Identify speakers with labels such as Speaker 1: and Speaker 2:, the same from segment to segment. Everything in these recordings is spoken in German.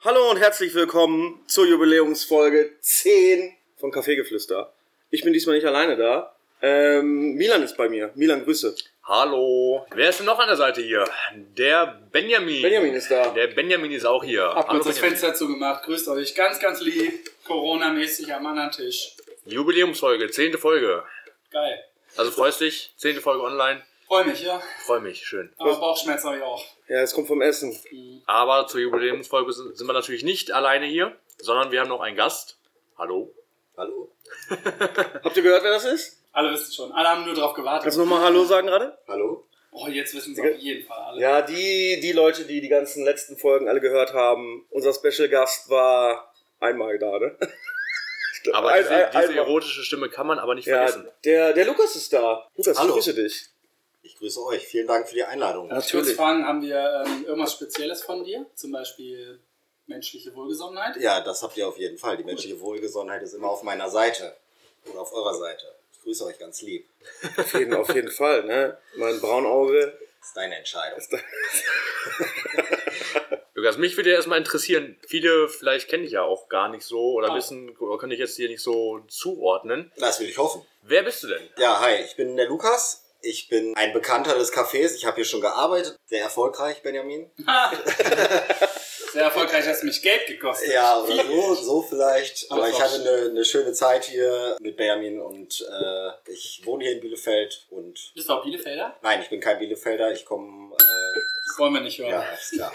Speaker 1: Hallo und herzlich willkommen zur Jubiläumsfolge 10 von Kaffeegeflüster. Ich bin diesmal nicht alleine da. Ähm, Milan ist bei mir. Milan, Grüße.
Speaker 2: Hallo. Wer ist denn noch an der Seite hier? Der Benjamin.
Speaker 1: Benjamin ist da.
Speaker 2: Der Benjamin ist auch hier.
Speaker 3: Hab kurz
Speaker 2: Hallo,
Speaker 3: das
Speaker 2: Benjamin.
Speaker 3: Fenster zugemacht. Grüßt euch ganz, ganz lieb. Corona-mäßig am anderen Tisch.
Speaker 2: Jubiläumsfolge, zehnte Folge.
Speaker 3: Geil.
Speaker 2: Also freust dich, zehnte Folge online.
Speaker 3: Freu mich, ja.
Speaker 2: Freu mich, schön.
Speaker 3: Aber Bauchschmerzen habe ich auch.
Speaker 1: Ja, es kommt vom Essen.
Speaker 2: Aber zur Jubiläumsfolge sind sind wir natürlich nicht alleine hier, sondern wir haben noch einen Gast. Hallo.
Speaker 4: Hallo.
Speaker 1: Habt ihr gehört, wer das ist?
Speaker 3: Alle wissen schon. Alle haben nur drauf gewartet.
Speaker 1: Kannst du nochmal Hallo sagen gerade?
Speaker 4: Hallo.
Speaker 3: Oh, jetzt wissen sie auf jeden Fall alle.
Speaker 1: Ja, die, die Leute, die die ganzen letzten Folgen alle gehört haben, unser Special Gast war einmal da, ne?
Speaker 2: Aber
Speaker 1: Ein-
Speaker 2: diese,
Speaker 1: ein-
Speaker 2: diese
Speaker 1: einmal.
Speaker 2: erotische Stimme kann man aber nicht
Speaker 1: Ja,
Speaker 2: vergessen.
Speaker 1: der, der Lukas ist da. Lukas,
Speaker 4: Hallo.
Speaker 1: ich grüße dich.
Speaker 4: Ich grüße euch. Vielen Dank für die Einladung.
Speaker 3: Kurz fragen, haben wir ähm, irgendwas Spezielles von dir? Zum Beispiel menschliche Wohlgesonnenheit?
Speaker 4: Ja, das habt ihr auf jeden Fall. Die menschliche Wohlgesonnenheit ist immer auf meiner Seite. Oder auf eurer Seite. Ich grüße euch ganz lieb.
Speaker 1: Auf jeden, auf jeden Fall, ne? Mein Braunauge.
Speaker 4: Das ist deine Entscheidung.
Speaker 2: Lukas, mich würde ja erstmal interessieren. Viele vielleicht kenne ich ja auch gar nicht so oder
Speaker 3: Ah.
Speaker 2: wissen, oder kann ich jetzt hier nicht so zuordnen.
Speaker 4: Das will ich hoffen.
Speaker 2: Wer bist du denn?
Speaker 4: Ja, hi, ich bin der Lukas. Ich bin ein Bekannter des Cafés. Ich habe hier schon gearbeitet. Sehr erfolgreich, Benjamin.
Speaker 3: Sehr erfolgreich hast du mich Geld gekostet.
Speaker 4: Ja, oder so, so vielleicht.
Speaker 3: Aber
Speaker 4: Aber ich
Speaker 3: auch
Speaker 4: hatte
Speaker 3: schön.
Speaker 4: eine, eine schöne Zeit hier mit Benjamin und äh, ich wohne hier in Bielefeld und
Speaker 3: Bist du auch Bielefelder?
Speaker 4: nein, ich bin kein Bielefelder. Ich komme. Äh,
Speaker 3: Das wollen wir nicht hören.
Speaker 4: ja, ist klar.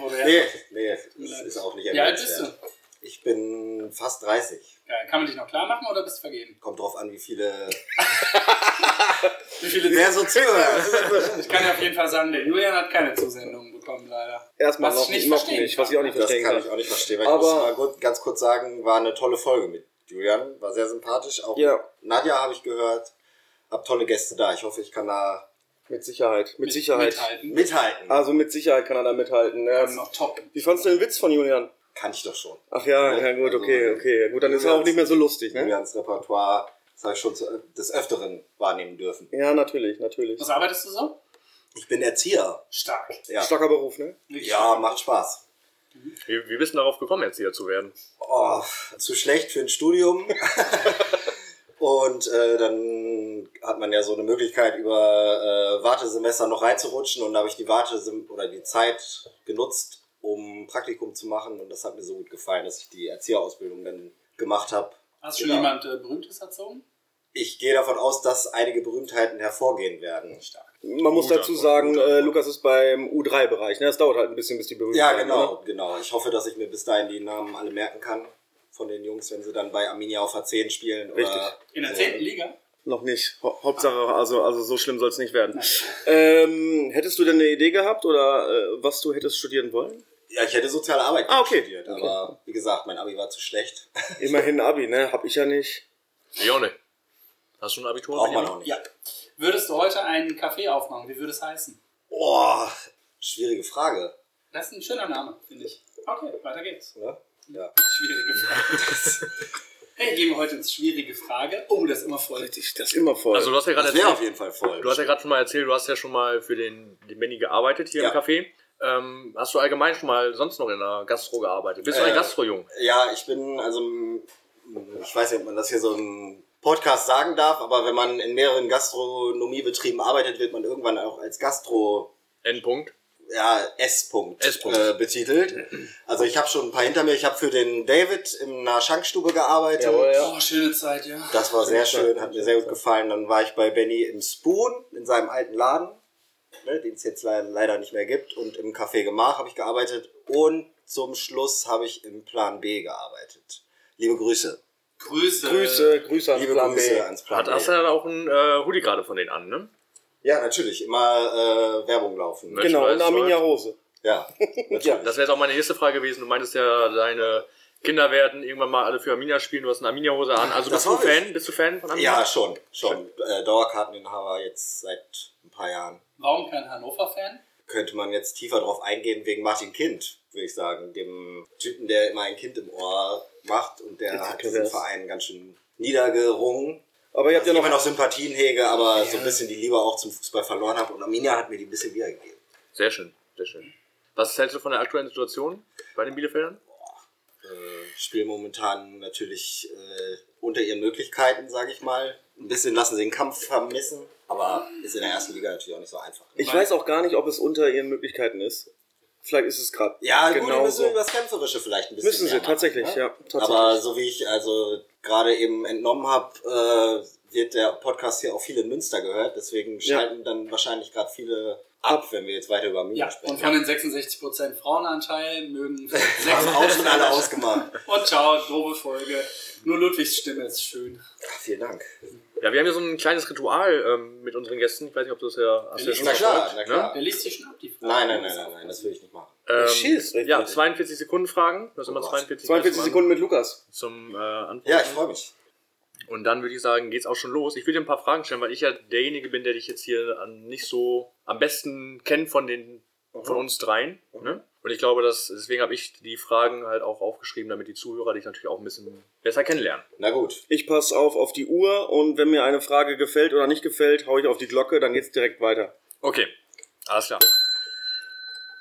Speaker 3: Wo wir-
Speaker 4: Nee, nee, das ist auch nicht
Speaker 3: Wie alt bist
Speaker 4: erwähnenswert. Ich bin fast 30.
Speaker 3: Geil. Kann man dich noch klar machen oder bist du vergeben?
Speaker 4: Kommt drauf an, wie viele.
Speaker 3: Wie viele?
Speaker 4: Wer so zögert.
Speaker 3: Ich kann dir auf jeden Fall sagen, der Julian hat keine Zusendungen bekommen, leider.
Speaker 1: Erstmal
Speaker 3: Was
Speaker 1: noch,
Speaker 3: ich nicht
Speaker 1: noch
Speaker 3: verstehen
Speaker 1: nicht, was ich auch nicht
Speaker 4: Das
Speaker 1: verstehen
Speaker 4: kann
Speaker 1: kann.
Speaker 4: ich auch nicht verstehen. Weil
Speaker 1: Aber-
Speaker 4: ich muss mal gut, ganz kurz sagen, war eine tolle Folge mit Julian. War sehr sympathisch. Auch
Speaker 1: Ja.
Speaker 4: mit Nadja habe ich gehört. Hab tolle Gäste da. Ich hoffe, ich kann da
Speaker 1: Mit Sicherheit, mit Sicherheit.
Speaker 3: Mithalten.
Speaker 4: mithalten.
Speaker 1: Also mit Sicherheit kann er da mithalten.
Speaker 3: Das ist
Speaker 1: Ähm,
Speaker 3: noch top.
Speaker 1: wie fandst du den Witz von Julian?
Speaker 4: Kann ich doch schon.
Speaker 1: Ach ja, ja gut,
Speaker 4: Also,
Speaker 1: okay, okay. Gut, dann ist er
Speaker 4: Julians-
Speaker 1: auch nicht mehr so lustig, ne?
Speaker 4: Julians Repertoire, das habe ich schon zu, äh, des Öfteren wahrnehmen dürfen.
Speaker 1: Ja, natürlich, natürlich.
Speaker 3: Was arbeitest du so?
Speaker 4: Ich bin Erzieher.
Speaker 3: Stark.
Speaker 4: Ja,
Speaker 1: Starker Beruf, ne?
Speaker 3: Wirklich
Speaker 4: ja macht Spaß.
Speaker 2: Wie, wie bist du darauf gekommen, jetzt hier zu werden?
Speaker 4: oh, zu schlecht für ein Studium. Und äh, dann hat man ja so eine Möglichkeit, über äh, Wartesemester noch reinzurutschen. Und da habe ich die Wartesem oder die Zeit genutzt, um Praktikum zu machen. Und das hat mir so gut gefallen, dass ich die Erzieherausbildung dann gemacht habe.
Speaker 3: Hast du schon
Speaker 4: Genau.
Speaker 3: jemand äh, Berühmtes erzogen?
Speaker 4: Ich gehe davon aus, dass einige Berühmtheiten hervorgehen werden.
Speaker 3: Stark.
Speaker 1: Man muss
Speaker 2: Guter
Speaker 1: dazu
Speaker 2: Antwort,
Speaker 1: sagen,
Speaker 2: guter
Speaker 1: äh,
Speaker 2: Antwort.
Speaker 1: Lukas ist beim U3-Bereich, ne? Das dauert halt ein bisschen, bis die berühmt
Speaker 4: Ja,
Speaker 1: werden,
Speaker 4: genau,
Speaker 1: ne?
Speaker 4: genau. Ich hoffe, dass ich mir bis dahin die Namen alle merken kann von den Jungs, wenn sie dann bei Arminia auf A10 spielen.
Speaker 1: Richtig.
Speaker 4: Oder,
Speaker 3: In der
Speaker 4: äh,
Speaker 3: 10. Liga?
Speaker 1: Noch nicht. Hau- Hauptsache, also, also so schlimm soll es nicht werden. Ähm, hättest du denn eine Idee gehabt oder äh, was du hättest studieren wollen?
Speaker 4: Ja, ich hätte soziale Arbeit
Speaker 1: Ah, okay.
Speaker 4: studiert, aber wie gesagt, mein Abi war zu schlecht.
Speaker 1: Immerhin Abi, ne? Hab ich ja nicht.
Speaker 2: Ich auch nicht. Hast du schon ein Abitur?
Speaker 4: Braucht man
Speaker 2: Benjamin?
Speaker 4: auch nicht.
Speaker 3: Ja. Würdest du heute einen Café aufmachen? Wie würde es heißen?
Speaker 4: Boah, schwierige Frage,
Speaker 3: Das ist ein schöner Name, finde ich. Okay, weiter geht's.
Speaker 4: oder? ne? Ja.
Speaker 3: Schwierige Frage. hey, gehen wir heute ins schwierige Frage. Oh, das ist immer voll.
Speaker 1: Richtig, das ist immer voll.
Speaker 2: Also du hast ja gerade
Speaker 4: Das wäre auf
Speaker 2: erzählt,
Speaker 4: jeden Fall voll.
Speaker 2: du hast ja gerade schon mal erzählt, du hast ja schon mal für den, den Benny gearbeitet hier im
Speaker 4: Ja.
Speaker 2: Café. Ähm, hast du allgemein schon mal sonst noch in der Gastro gearbeitet? Bist du ein
Speaker 4: Äh,
Speaker 2: Gastrojung?
Speaker 4: Ja, ich bin, also, m, ich weiß nicht, ob man das hier so im Podcast sagen darf, aber wenn man in mehreren Gastronomiebetrieben arbeitet, wird man irgendwann auch als Gastro
Speaker 2: Endpunkt.
Speaker 4: ja, S-Punkt
Speaker 2: S-Punkt.
Speaker 4: äh, betitelt. Also ich habe schon ein paar hinter mir. Ich habe für den David in einer Schankstube gearbeitet.
Speaker 3: Oh, schöne Zeit, ja.
Speaker 4: Das war sehr schön, hat mir sehr gut gefallen. Dann war ich bei Benny im Spoon, in seinem alten Laden, ne, den es jetzt le- leider nicht mehr gibt. Und im Café Gemach habe ich gearbeitet. Und zum Schluss habe ich im Plan B gearbeitet. Liebe Grüße.
Speaker 3: Grüße.
Speaker 1: Grüße, Grüße an
Speaker 4: Liebe
Speaker 1: Plan
Speaker 4: Grüße
Speaker 1: B.
Speaker 4: ans Plan
Speaker 2: Hat hast du
Speaker 4: B.
Speaker 2: ja auch einen äh, Hoodie gerade von denen an, ne?
Speaker 4: Ja, natürlich. Immer äh, Werbung laufen.
Speaker 2: Ne?
Speaker 1: Genau,
Speaker 2: Weiß,
Speaker 1: und Arminia
Speaker 2: läuft.
Speaker 1: Hose.
Speaker 4: Ja, natürlich.
Speaker 2: Das wäre jetzt auch meine nächste Frage gewesen. Du meintest ja, deine Kinder werden irgendwann mal alle für Arminia spielen. Du hast eine Arminia-Hose an. Also
Speaker 4: Das
Speaker 2: bist du
Speaker 4: hoffe ich.
Speaker 2: Fan? Bist du Fan von Arminia?
Speaker 4: Ja, schon. schon. Äh, Dauerkarteninhaber jetzt seit ein paar Jahren.
Speaker 3: Warum kein Hannover-Fan?
Speaker 4: könnte man jetzt tiefer drauf eingehen wegen Martin Kind, würde ich sagen. Dem Typen, der immer ein Kind im Ohr macht und der
Speaker 1: Jetzt
Speaker 4: hat
Speaker 1: können
Speaker 4: diesen
Speaker 1: wir das.
Speaker 4: Verein ganz schön niedergerungen.
Speaker 1: Aber ihr habt
Speaker 4: Also
Speaker 1: ja
Speaker 4: immer
Speaker 1: noch
Speaker 4: noch Sympathien hege, aber so ein bisschen die Liebe auch zum Fußball verloren habe. Und Arminia hat mir die ein bisschen wiedergegeben.
Speaker 2: Sehr schön, sehr schön. Was hältst du von der aktuellen Situation bei den Bielefeldern?
Speaker 4: äh, spielen momentan natürlich äh, unter ihren Möglichkeiten, sage ich mal. Ein bisschen lassen sie den Kampf vermissen, aber ist in der ersten Liga natürlich auch nicht so einfach.
Speaker 1: Ich weiß auch gar nicht, ob es unter ihren Möglichkeiten ist. Vielleicht ist es gerade.
Speaker 4: Ja, gut, wir
Speaker 1: genau
Speaker 4: müssen
Speaker 1: so.
Speaker 4: über das Kämpferische vielleicht ein bisschen
Speaker 1: Müssen sie,
Speaker 4: mehr machen,
Speaker 1: tatsächlich,
Speaker 4: ne?
Speaker 1: ja. Tatsächlich.
Speaker 4: Aber so wie ich also gerade eben entnommen habe, äh, wird der Podcast hier auch viel in Münster gehört. Deswegen
Speaker 1: Ja.
Speaker 4: schalten dann wahrscheinlich gerade viele ab, wenn wir jetzt weiter über Mühe
Speaker 3: Ja,
Speaker 4: sprechen.
Speaker 3: und von den 66% Frauenanteil mögen
Speaker 4: Haben auch
Speaker 3: sechs
Speaker 4: schon alle ausgemacht.
Speaker 3: Und ciao, doofe Folge. Nur Ludwigs Stimme ist schön.
Speaker 4: Ach, vielen Dank.
Speaker 2: Ja, wir haben hier so ein kleines Ritual ähm, mit unseren Gästen. Ich weiß nicht, ob du das ja hast. du ja
Speaker 3: Ist
Speaker 2: schon
Speaker 4: Na
Speaker 2: mal
Speaker 4: klar,
Speaker 2: gehört,
Speaker 4: na klar.
Speaker 3: Der liest sich schon ab, die Frage.
Speaker 4: Nein, nein, nein, nein, nein, das will ich nicht machen.
Speaker 2: Ähm,
Speaker 1: schießt richtig.
Speaker 2: ja, 42 Sekunden Fragen. Du hast immer
Speaker 4: Oh Gott.
Speaker 2: 42,
Speaker 1: 42 Sekunden mit Lukas.
Speaker 2: zum äh, Antworten.
Speaker 4: Ja, ich freue mich.
Speaker 2: Und dann würde ich sagen, geht's auch schon los. Ich will dir ein paar Fragen stellen, weil ich ja derjenige bin, der dich jetzt hier an nicht so am besten kennt von den
Speaker 4: Mhm.
Speaker 2: von uns dreien. Ne? Und ich glaube, dass deswegen habe ich die Fragen halt auch aufgeschrieben, damit die Zuhörer dich natürlich auch ein bisschen besser kennenlernen.
Speaker 4: Na gut.
Speaker 1: Ich passe auf auf die Uhr und wenn mir eine Frage gefällt oder nicht gefällt, haue ich auf die Glocke, dann geht's direkt weiter.
Speaker 2: Okay, alles klar.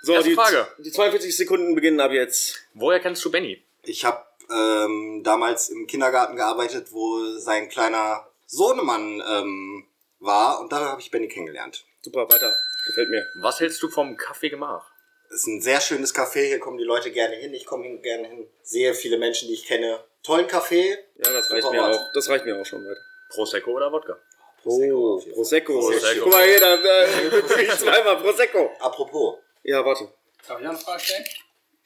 Speaker 1: So,
Speaker 2: Erste
Speaker 1: die,
Speaker 2: Frage.
Speaker 1: die 42 Sekunden beginnen ab jetzt.
Speaker 2: Woher kennst du Benny?
Speaker 4: Ich habe ähm, damals im Kindergarten gearbeitet, wo sein kleiner Sohnemann ähm, war und da habe ich Benny kennengelernt.
Speaker 1: Super, weiter. Gefällt mir.
Speaker 2: Was hältst du vom Kaffee Gemach?
Speaker 4: Ist ein sehr schönes Café, hier kommen die Leute gerne hin, ich komme hin, gerne hin, sehe viele Menschen, die ich kenne. Tollen Café.
Speaker 1: Ja, das reicht
Speaker 4: Super,
Speaker 1: mir
Speaker 4: Mann.
Speaker 1: auch. Das reicht mir auch schon weiter.
Speaker 2: Prosecco oder Wodka?
Speaker 4: Prosecco
Speaker 1: Oh,
Speaker 4: auf jeden Fall.
Speaker 1: Prosecco.
Speaker 2: Prosecco.
Speaker 1: Guck mal hier, da äh, zweimal Prosecco.
Speaker 4: Apropos,
Speaker 1: Ja, warte.
Speaker 3: Darf ich noch eine Frage stellen?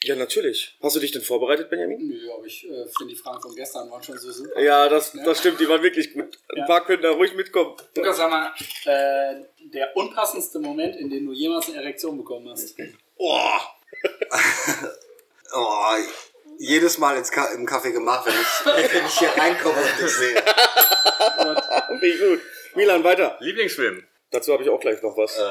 Speaker 1: Ja, natürlich. Hast du dich denn vorbereitet, Benjamin?
Speaker 3: Nö, aber ich äh, finde die Fragen von gestern waren schon so super.
Speaker 1: Ja, das, das stimmt, die waren wirklich gut. Ein
Speaker 3: Ja.
Speaker 1: paar können da ruhig mitkommen.
Speaker 3: Lukas, sag mal, äh, der unpassendste Moment, in dem du jemals eine Erektion bekommen hast.
Speaker 4: Oh. oh. Jedes Mal ins Ka im Kaffee gemacht, wenn ich, wenn ich hier reinkomme und dich sehe.
Speaker 1: Wie gut. Milan, weiter.
Speaker 2: Lieblingsfilm?
Speaker 1: Dazu habe ich auch gleich noch was.
Speaker 4: Äh.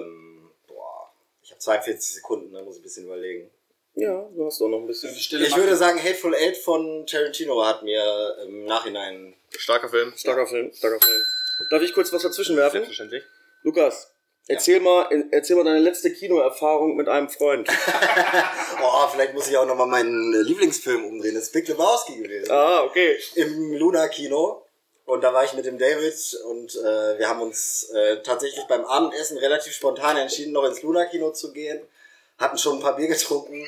Speaker 4: Ähm, boah. Ich habe 42 Sekunden, da muss ich ein bisschen überlegen.
Speaker 1: Ja, du hast auch noch ein bisschen.
Speaker 3: Die Stille
Speaker 4: Ich
Speaker 3: macht-
Speaker 4: würde sagen, Hateful Eight von Tarantino hat mir im Nachhinein.
Speaker 2: Starker Film.
Speaker 1: Starker Film, starker Film. Darf ich kurz was dazwischen werfen?
Speaker 2: Selbstverständlich.
Speaker 1: Lukas, erzähl, mal, erzähl mal deine letzte Kinoerfahrung mit einem Freund.
Speaker 4: Oh, vielleicht muss ich auch nochmal meinen Lieblingsfilm umdrehen. Das ist Big Lebowski gewesen.
Speaker 1: ah, okay.
Speaker 4: Im Luna Kino. Und da war ich mit dem David und äh, wir haben uns äh, tatsächlich beim Abendessen relativ spontan entschieden, noch ins Luna Kino zu gehen. Hatten schon ein paar Bier getrunken.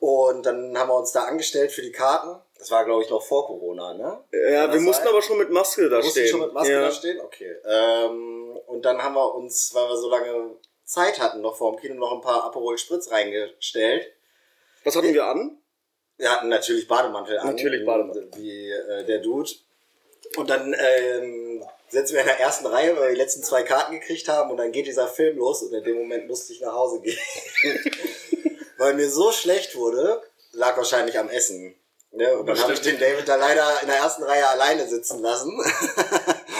Speaker 4: Und dann haben wir uns da angestellt für die Karten. Das war, glaube ich, noch vor Corona, ne? Kann
Speaker 1: Ja,
Speaker 4: das
Speaker 1: wir mussten
Speaker 4: sein?
Speaker 1: aber schon mit Maske da
Speaker 4: Mussten
Speaker 1: stehen.
Speaker 4: schon mit Maske
Speaker 1: ja.
Speaker 4: da stehen? Okay. Ähm, und dann haben wir uns, weil wir so lange Zeit hatten, noch vor dem Kino noch ein paar Aperol Spritz reingestellt.
Speaker 1: Was hatten wir an?
Speaker 4: Wir hatten natürlich Bademantel an.
Speaker 1: Natürlich Bademantel.
Speaker 4: Wie äh, der Dude. Und dann ähm, sitzen wir in der ersten Reihe, weil wir die letzten zwei Karten gekriegt haben. Und dann geht dieser Film los. Und in dem Moment musste ich nach Hause gehen. weil mir so schlecht wurde, lag wahrscheinlich am Essen. Ne? Und dann habe ich den David da leider in der ersten Reihe alleine sitzen lassen.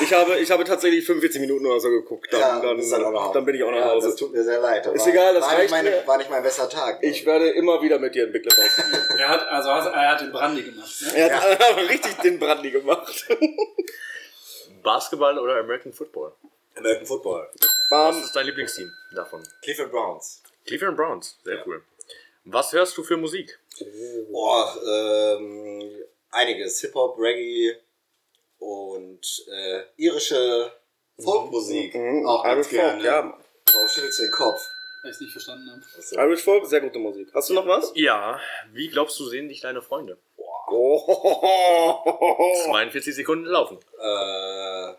Speaker 1: Ich habe, ich habe tatsächlich 45 Minuten oder so geguckt. Dann,
Speaker 4: Ja,
Speaker 1: dann,
Speaker 4: bist dann auch nach Hause.
Speaker 1: dann bin ich auch nach
Speaker 4: Ja,
Speaker 1: Hause.
Speaker 4: Das tut mir sehr leid. aber
Speaker 1: Ist egal, das
Speaker 4: war nicht,
Speaker 1: reicht
Speaker 4: meine,
Speaker 1: mir.
Speaker 4: war nicht mein bester Tag.
Speaker 1: ich werde immer wieder mit dir in Big Lebowski. gehen.
Speaker 3: Er hat, also, er hat den Brandy gemacht. Ne?
Speaker 1: Er hat aber richtig den Brandy gemacht.
Speaker 2: Basketball oder American Football?
Speaker 4: American Football.
Speaker 2: Was
Speaker 1: Bam.
Speaker 2: ist dein Lieblingsteam davon?
Speaker 4: Cleveland Browns.
Speaker 2: Cleveland Browns, sehr cool. Was hörst du für Musik?
Speaker 4: Boah, ähm, einiges. Hip-Hop, Reggae und äh, irische Folkmusik.
Speaker 1: Mhm,
Speaker 4: Auch ganz
Speaker 1: Irish Folk,
Speaker 4: gerne.
Speaker 1: ja.
Speaker 4: Warum schüttelst du den Kopf? Also,
Speaker 3: Weil ich es nicht verstanden habe.
Speaker 1: Irish Folk, sehr gute Musik. Hast du noch was?
Speaker 2: Ja, wie glaubst du, sehen dich deine Freunde?
Speaker 1: Oh.
Speaker 2: 42 Sekunden laufen.
Speaker 4: Äh,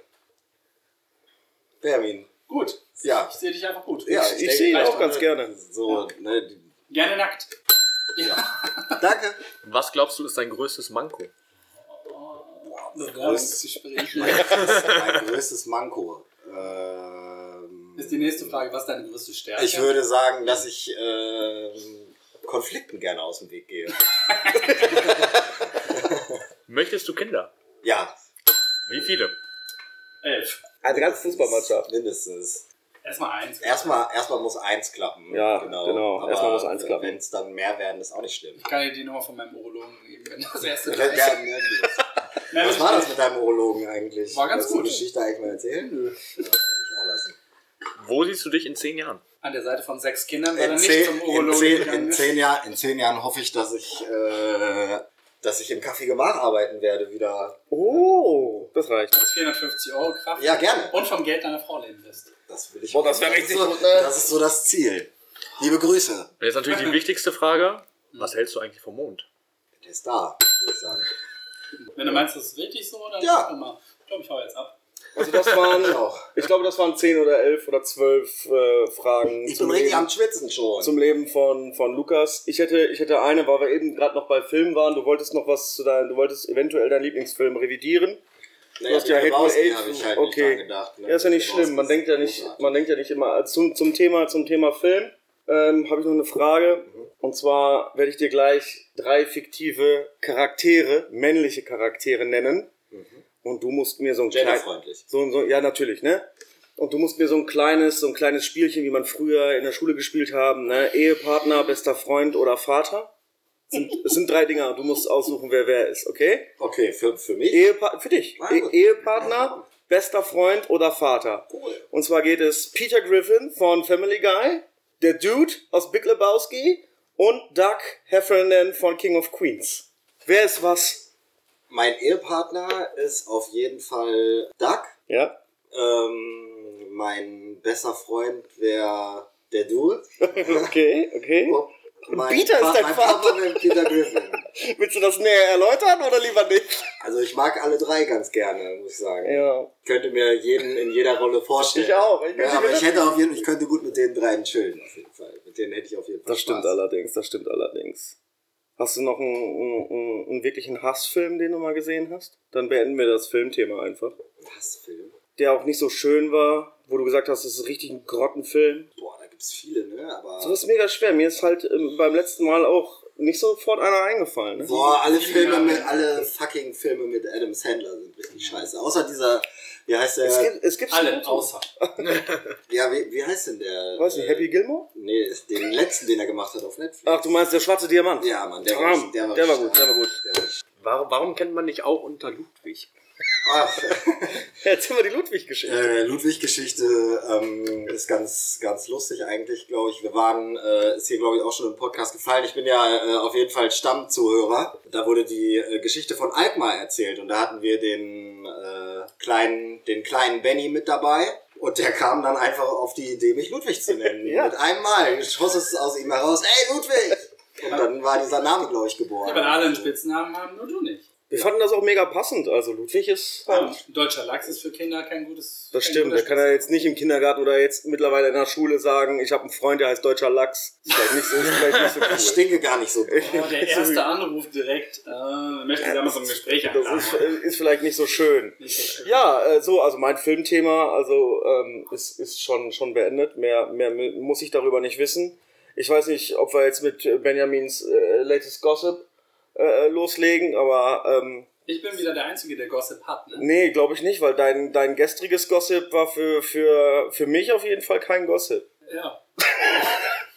Speaker 4: Benjamin.
Speaker 3: Gut,
Speaker 4: Ja.
Speaker 3: ich sehe dich einfach gut.
Speaker 4: ja
Speaker 1: ich
Speaker 4: denke,
Speaker 1: sehe ihn
Speaker 4: reicht
Speaker 1: auch ganz
Speaker 4: ne?
Speaker 1: gerne.
Speaker 4: So, ne, die-
Speaker 3: Gerne nackt.
Speaker 4: Danke.
Speaker 2: Was glaubst du, ist dein größtes Manko?
Speaker 3: Bewerbungsgespräche.
Speaker 4: mein größtes Manko. Ähm,
Speaker 3: ist die nächste Frage, was ist deine größte Stärke?
Speaker 4: Ich würde sagen, dass ich ähm, Konflikten gerne aus dem Weg gehe.
Speaker 2: Möchtest du Kinder?
Speaker 4: Ja,
Speaker 2: Wie viele?
Speaker 3: Elf.
Speaker 1: Eine ganze Fußballmannschaft.
Speaker 4: mindestens.
Speaker 3: Erstmal eins.
Speaker 4: Erstmal, erstmal muss eins klappen.
Speaker 1: Ja, genau. Erstmal muss eins klappen.
Speaker 4: Wenn es dann mehr werden, ist auch nicht schlimm.
Speaker 3: Ich kann dir die Nummer von meinem Urologen geben, wenn das erste
Speaker 4: Wer-
Speaker 3: da
Speaker 4: wer-
Speaker 3: ist.
Speaker 4: wer-
Speaker 3: Nein,
Speaker 4: Was war das mit deinem Urologen eigentlich?
Speaker 3: War ganz
Speaker 4: Willst du
Speaker 3: gut.
Speaker 4: die Geschichte eigentlich mal erzählen?
Speaker 3: Nö.
Speaker 4: Ja, kann ich auch lassen.
Speaker 2: Wo siehst du dich in zehn Jahren?
Speaker 3: An der Seite von sechs Kindern, weil er
Speaker 4: In
Speaker 3: nicht
Speaker 4: zehn,
Speaker 3: zum
Speaker 4: in,
Speaker 3: Urologen
Speaker 4: zehn,
Speaker 3: gegangen
Speaker 4: in,
Speaker 3: ist.
Speaker 4: zehn Jahr, in zehn Jahren hoffe ich, dass ich, äh, dass ich im Café Gemach arbeiten werde wieder.
Speaker 1: Oh, das reicht.
Speaker 3: Das ist 450 Euro Kraft.
Speaker 4: Ja, gerne.
Speaker 3: Und vom Geld deiner Frau leben wirst.
Speaker 4: Das will ich.
Speaker 1: Boah, das wär richtig
Speaker 4: so,
Speaker 1: gut, ne?
Speaker 4: Das ist so das Ziel. Liebe Grüße.
Speaker 2: Und jetzt natürlich die wichtigste Frage. Was hältst du eigentlich vom Mond?
Speaker 4: Der ist da, würde ich sagen.
Speaker 3: Wenn du meinst, das ist richtig so, dann
Speaker 4: Ja.
Speaker 3: guck mal. Ich glaube, ich hau jetzt ab.
Speaker 1: Also das waren,
Speaker 4: Auch.
Speaker 1: ich glaube, das waren 10 oder 11 oder 12 äh, Fragen
Speaker 4: Ich
Speaker 1: zum,
Speaker 4: bin richtig
Speaker 1: Leben,
Speaker 4: am Schwitzen schon.
Speaker 1: zum Leben von, von Lukas. Ich hätte, ich hätte eine, weil wir eben gerade noch bei Filmen waren. Du wolltest noch was zu deinem, du wolltest eventuell deinen Lieblingsfilm revidieren.
Speaker 4: Naja,
Speaker 1: hast ja
Speaker 4: die
Speaker 1: Hateful
Speaker 4: Lebowski
Speaker 1: Eight-
Speaker 4: habe ich halt
Speaker 1: okay.
Speaker 4: nicht dran gedacht. ne?
Speaker 1: Ja, ist ja nicht
Speaker 4: Die
Speaker 1: schlimm. Man
Speaker 4: Lebowski
Speaker 1: denkt ja
Speaker 4: ist
Speaker 1: nicht,
Speaker 4: großartig.
Speaker 1: man denkt ja nicht immer Also zum, zum Thema, zum Thema Film. Ähm, habe ich noch eine Frage. Und zwar werde ich dir gleich drei fiktive Charaktere, männliche Charaktere nennen. Und du musst mir so ein kleines,
Speaker 4: Genderfreundlich.
Speaker 1: so, so, ja natürlich, ne? Und du musst mir so ein kleines, so ein kleines Spielchen, wie man früher in der Schule gespielt haben, ne? Ehepartner, bester Freund oder Vater. Sind, es sind drei Dinger. Du musst aussuchen, wer wer ist, okay?
Speaker 4: Okay, für, für mich.
Speaker 1: Ehepa für dich.
Speaker 4: Ah,
Speaker 1: E
Speaker 4: gut.
Speaker 1: Ehepartner, bester Freund oder Vater.
Speaker 4: Cool.
Speaker 1: Und zwar geht es Peter Griffin von Family Guy, der Dude aus Big Lebowski und Doug Heffernan von King of Queens. Wer ist was?
Speaker 4: Mein Ehepartner ist auf jeden Fall Doug.
Speaker 1: Ja.
Speaker 4: Ähm, mein bester Freund wäre der Dude.
Speaker 1: Okay, okay.
Speaker 4: Oh, Mein
Speaker 1: Peter Hm. ist dein
Speaker 4: mein
Speaker 1: Vater.
Speaker 4: Papa wäre Peter Griffin.
Speaker 1: Willst du das näher erläutern oder lieber nicht?
Speaker 4: Also ich mag alle drei ganz gerne, muss ich sagen.
Speaker 1: Ja.
Speaker 4: Ich könnte mir jeden in jeder Rolle vorstellen.
Speaker 1: Ich auch. Ich
Speaker 4: ja,
Speaker 1: könnte
Speaker 4: aber
Speaker 1: mir
Speaker 4: ich
Speaker 1: das-
Speaker 4: hätte auf jeden ich könnte gut mit den dreien chillen, auf jeden Fall. Mit denen hätte ich auf jeden Fall
Speaker 1: Das stimmt
Speaker 4: Spaß.
Speaker 1: allerdings, das stimmt allerdings. Hast du noch einen, einen, einen, einen wirklichen Hassfilm, den du mal gesehen hast? Dann beenden wir das Filmthema einfach.
Speaker 4: Was Film?
Speaker 1: Der auch nicht so schön war, wo du gesagt hast, das ist richtig ein Grottenfilm.
Speaker 4: Boah, da gibt's viele, ne? Aber
Speaker 1: So Also ist mega schwer. Mir ist halt ähm, beim letzten Mal auch nicht sofort einer eingefallen. Ne?
Speaker 4: Boah, alle Filme
Speaker 3: Ja.
Speaker 4: mit, alle fucking Filme mit Adam Sandler sind richtig scheiße. Außer dieser, wie heißt der?
Speaker 1: Es gibt, es gibt
Speaker 3: Alle, außer.
Speaker 4: ja, wie, wie heißt denn der? äh,
Speaker 1: Weiß nicht, Happy Gilmore?
Speaker 4: Nee, ist den letzten, den er gemacht hat auf Netflix.
Speaker 1: Ach, du meinst der schwarze Diamant?
Speaker 4: Ja, Mann, der
Speaker 1: Der,
Speaker 4: war,
Speaker 1: der, war,
Speaker 4: richtig
Speaker 1: gut, der war gut.
Speaker 4: Der war richtig-
Speaker 2: Warum, warum kennt man dich auch unter Ludwig?
Speaker 4: Ach,
Speaker 1: Erzähl mal die Ludwig-Geschichte.
Speaker 4: Äh, Ludwig-Geschichte ähm, ist ganz, ganz lustig eigentlich, glaube ich. Wir waren, äh, ist hier, glaube ich, auch schon im Podcast gefallen. Ich bin ja äh, auf jeden Fall Stammzuhörer. Da wurde die äh, Geschichte von Alkmaar erzählt und da hatten wir den, äh, kleinen, den kleinen Benny mit dabei. Und der kam dann einfach auf die Idee, mich Ludwig zu nennen.
Speaker 1: Ja.
Speaker 4: Mit einem Mal schoss es aus ihm heraus, ey Ludwig! Und dann war dieser Name, glaube ich, geboren.
Speaker 3: Ja, weil alle einen Spitznamen haben, nur du nicht.
Speaker 1: Wir fanden das auch mega passend. Also Ludwig ist.
Speaker 3: Ein deutscher Lachs ist für Kinder kein gutes.
Speaker 1: Das
Speaker 3: kein
Speaker 1: stimmt,
Speaker 3: guter
Speaker 1: der kann ja jetzt nicht im Kindergarten oder jetzt mittlerweile in der Schule sagen, ich habe einen Freund, der heißt Deutscher Lachs. Ist vielleicht nicht so, ist vielleicht nicht
Speaker 4: Ich
Speaker 1: so cool.
Speaker 4: stinke gar nicht so.
Speaker 3: Spitzname. Aber der erste Anruf direkt, äh, möchte ich da mal so ein Gespräch einladen.
Speaker 1: Das ist, äh, ist vielleicht nicht so schön.
Speaker 3: Nicht so schön.
Speaker 1: Ja, äh, so, also mein Filmthema, also ähm, ist, ist schon, schon beendet. Mehr, mehr mu- muss ich darüber nicht wissen. Ich weiß nicht, ob wir jetzt mit äh, Benjamins äh, Latest Gossip äh, loslegen, aber ähm,
Speaker 3: Ich bin wieder der Einzige, der Gossip hat, ne?
Speaker 1: nee, glaube ich nicht, weil dein, dein gestriges Gossip war für, für, für mich auf jeden Fall kein Gossip.
Speaker 3: Ja.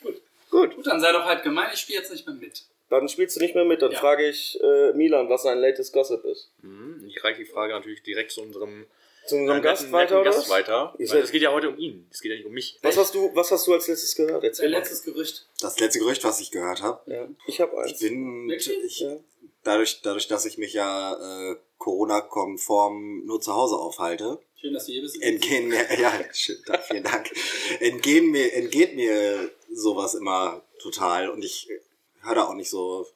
Speaker 1: Gut.
Speaker 3: Gut, dann sei doch halt gemein, ich spiele jetzt nicht mehr mit.
Speaker 1: Dann spielst du nicht mehr mit, dann
Speaker 3: Ja.
Speaker 1: frage ich äh, Milan, was sein Latest Gossip ist.
Speaker 2: Mhm. Ich reiche die Frage natürlich direkt zu unserem äh,
Speaker 1: Zu unserem
Speaker 2: netten-
Speaker 1: Gast
Speaker 2: netten
Speaker 1: weiter, oder?
Speaker 2: Gast weiter.
Speaker 1: Ich
Speaker 2: Weil
Speaker 1: sag-
Speaker 2: es geht ja heute um ihn. Es geht ja nicht um mich.
Speaker 1: Was hast du, was hast du als letztes gehört?
Speaker 3: Sein
Speaker 1: Erzähl mal.
Speaker 3: letztes Gerücht.
Speaker 4: Das letzte Gerücht, was ich gehört habe,
Speaker 1: Ja. Ich habe
Speaker 4: Ich
Speaker 1: eins.
Speaker 4: bin,
Speaker 3: Wirklich?
Speaker 4: ich,
Speaker 1: Ja.
Speaker 4: dadurch, dadurch, dass ich mich ja äh, Corona-konform nur zu Hause aufhalte,
Speaker 3: Schön, dass du hier bist.
Speaker 4: entgehen mir, ja, schön, da- vielen Dank, entgehen mir, entgeht mir sowas immer total und ich höre da auch nicht so,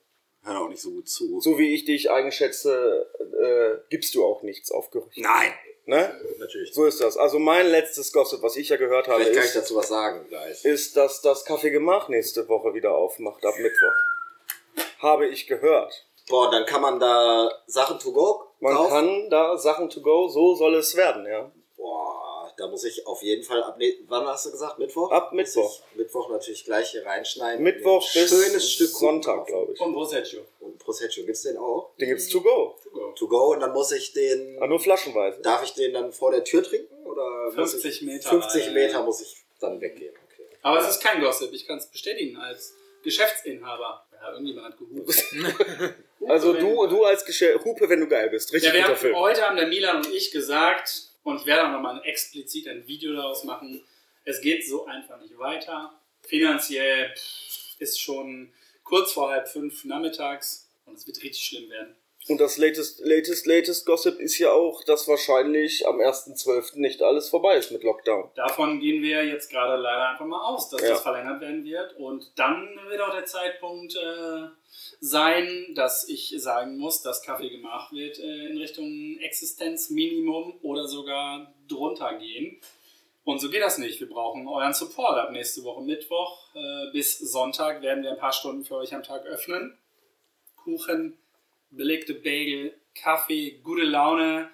Speaker 4: höre da auch nicht so gut zu.
Speaker 1: So wie ich dich einschätze, äh, gibst du auch nichts auf Gerüchte.
Speaker 4: Nein,
Speaker 1: Ne?
Speaker 4: natürlich.
Speaker 1: So ist das. Also mein letztes Gossip, was ich ja gehört habe,
Speaker 4: Vielleicht kann ich
Speaker 1: ist,
Speaker 4: dazu was sagen gleich.
Speaker 1: ist, dass das Café Gemach nächste Woche wieder aufmacht, ab Mittwoch. Habe ich gehört.
Speaker 4: Boah, dann kann man da Sachen to go
Speaker 1: Man
Speaker 4: kaufen.
Speaker 1: kann da Sachen to go, so soll es werden, ja.
Speaker 4: Boah, da muss ich auf jeden Fall ab. Nee, wann hast du gesagt? Mittwoch?
Speaker 1: Ab
Speaker 4: Muss
Speaker 1: Mittwoch.
Speaker 4: Ich Mittwoch natürlich gleich hier reinschneiden.
Speaker 1: Mittwoch
Speaker 4: Ein
Speaker 1: bis
Speaker 4: schönes Stück Kuchen
Speaker 1: Sonntag,
Speaker 4: kaufen.
Speaker 1: glaube ich.
Speaker 3: Und Broseccio.
Speaker 4: Und Prosecco, gibt's den auch?
Speaker 1: Den gibt's to go.
Speaker 4: To go und dann muss ich den.
Speaker 1: Aber nur flaschenweise.
Speaker 4: Darf ich den dann vor der Tür trinken? Oder muss
Speaker 3: 50
Speaker 4: ich,
Speaker 3: Meter.
Speaker 4: 50 Meter muss ich dann weggehen. Okay.
Speaker 3: Aber es ist kein Gossip, ich kann es bestätigen als Geschäftsinhaber. Ja, irgendjemand hat gehupt.
Speaker 1: Also du, du als Gesche Hupe, wenn du geil bist. Richtig
Speaker 3: Ja, wir
Speaker 1: guter
Speaker 3: haben,
Speaker 1: Film.
Speaker 3: heute haben der Milan und ich gesagt, und ich werde auch nochmal explizit ein Video daraus machen. Es geht so einfach nicht weiter. Finanziell pff, ist schon kurz vor halb fünf nachmittags und es wird richtig schlimm werden.
Speaker 1: Und das latest, latest, latest Gossip ist ja auch, dass wahrscheinlich am 1.12. nicht alles vorbei ist mit Lockdown.
Speaker 3: Davon gehen wir jetzt gerade leider einfach mal aus, dass
Speaker 1: Ja.
Speaker 3: das verlängert werden wird. Und dann wird auch der Zeitpunkt äh, sein, dass ich sagen muss, dass Kaffee gemacht wird äh, in Richtung Existenzminimum oder sogar drunter gehen. Und so geht das nicht. Wir brauchen euren Support ab nächste Woche Mittwoch. Äh, bis Sonntag werden wir ein paar Stunden für euch am Tag öffnen. Kuchen, belegte Bagel, Kaffee, gute Laune,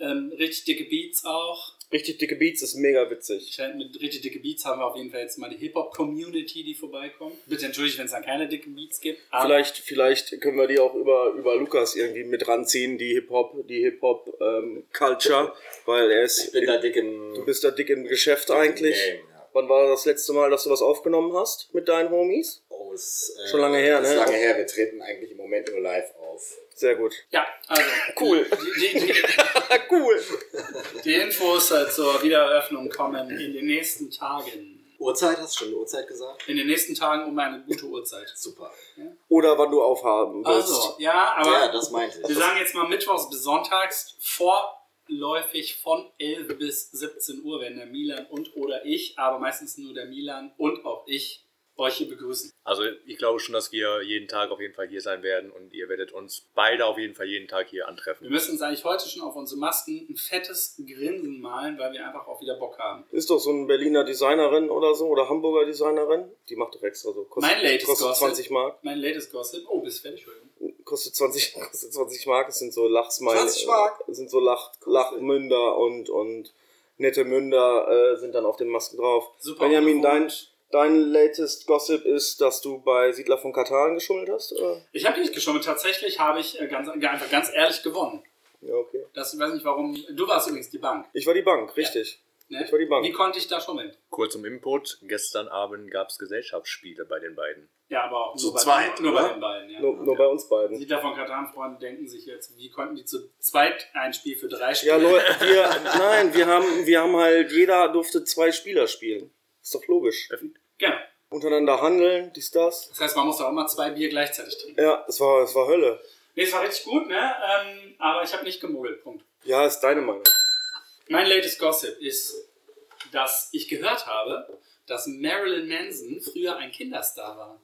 Speaker 3: ähm, richtig dicke Beats auch.
Speaker 1: Richtig dicke Beats ist mega witzig.
Speaker 3: Ich halt mit richtig dicke Beats haben wir auf jeden Fall jetzt mal die Hip-Hop-Community, die vorbeikommt. Bitte entschuldigt, wenn es dann keine dicken Beats gibt. Aber
Speaker 1: Vielleicht, vielleicht können wir die auch über, über Lukas irgendwie mit ranziehen, die Hip-Hop, die Hip-Hop-Culture, weil er ist.
Speaker 4: Ich bin da dick im,
Speaker 1: du bist da dick im Geschäft
Speaker 4: dick im
Speaker 1: eigentlich.
Speaker 4: Game, ja.
Speaker 1: Wann war das letzte Mal, dass du was aufgenommen hast mit deinen Homies?
Speaker 4: Oh, ist, äh,
Speaker 1: Schon lange her,
Speaker 4: ist
Speaker 1: ne?
Speaker 4: lange her. Wir treten eigentlich im Moment nur live auf.
Speaker 1: Sehr gut.
Speaker 3: Ja, also.
Speaker 1: Cool.
Speaker 3: Die, die,
Speaker 1: cool.
Speaker 3: die, die Infos halt zur Wiedereröffnung kommen in den nächsten Tagen.
Speaker 4: Uhrzeit, hast du schon eine Uhrzeit gesagt?
Speaker 3: In den nächsten Tagen um eine gute Uhrzeit.
Speaker 4: Super.
Speaker 1: Oder wann du aufhaben willst.
Speaker 3: Also, ja, aber
Speaker 4: ja, das meinte
Speaker 3: wir
Speaker 4: ich.
Speaker 3: sagen jetzt mal mittwochs bis sonntags vorläufig von 11 bis 17 Uhr, wenn der Milan und oder ich, aber meistens nur der Milan und auch ich, euch hier begrüßen.
Speaker 2: Also ich glaube schon, dass wir jeden Tag auf jeden Fall hier sein werden und ihr werdet uns beide auf jeden Fall jeden Tag hier
Speaker 3: Wir
Speaker 2: antreffen.
Speaker 3: müssen uns eigentlich heute schon auf unsere Masken ein fettes Grinsen malen, weil wir einfach auch wieder Bock haben.
Speaker 1: Ist doch so eine Berliner Designerin oder so, oder Hamburger Designerin. Die macht doch extra so. Kostet,
Speaker 3: Mein Latest
Speaker 1: kostet
Speaker 3: Gossip.
Speaker 1: 20 Mark.
Speaker 3: Mein latest Gossip. Oh, bist fertig, Entschuldigung.
Speaker 1: Kostet 20, kostet 20 Mark. Es sind so Lachsmile.
Speaker 4: 20 Mark.
Speaker 1: Sind so Lach, Lachmünder und, und nette Münder äh, sind dann auf den Masken drauf.
Speaker 3: Super
Speaker 1: Benjamin, dein,
Speaker 3: ungewohnt.
Speaker 1: dein latest Gossip ist, dass du bei Siedler von Katan geschummelt hast? Oder?
Speaker 3: Ich habe nicht geschummelt. Tatsächlich habe ich äh, ganz, einfach ganz ehrlich gewonnen.
Speaker 1: Ja, okay.
Speaker 3: Das ich weiß nicht warum. Du warst übrigens die Bank.
Speaker 1: Ich war die Bank, richtig.
Speaker 3: Ne?
Speaker 1: Ich war die Bank.
Speaker 3: Wie konnte ich da schummeln?
Speaker 2: Kurz zum Input, gestern Abend gab es Gesellschaftsspiele bei den beiden.
Speaker 3: Ja, aber auch nur,
Speaker 4: Zu
Speaker 3: bei,
Speaker 4: zweit,
Speaker 3: nur
Speaker 4: oder?
Speaker 3: bei den beiden. Ja.
Speaker 1: Nur, nur bei uns beiden.
Speaker 3: Die davon Katan-Freunde denken sich jetzt, wie konnten die zu zweit ein Spiel für drei
Speaker 1: Ja,
Speaker 3: spielen?
Speaker 1: Leute, wir, nein, wir haben, wir haben halt, jeder durfte zwei Spieler spielen. Ist doch logisch.
Speaker 3: Genau.
Speaker 1: Untereinander handeln, dies, das.
Speaker 3: Das heißt, man muss auch immer zwei Bier gleichzeitig trinken.
Speaker 1: Ja, es war, es war Hölle.
Speaker 3: Nee, es war richtig gut, ne? Ähm, aber ich habe nicht gemogelt. Punkt.
Speaker 1: Ja, ist deine Meinung.
Speaker 3: Mein latest Gossip ist, dass ich gehört habe, dass Marilyn Manson früher ein Kinderstar war.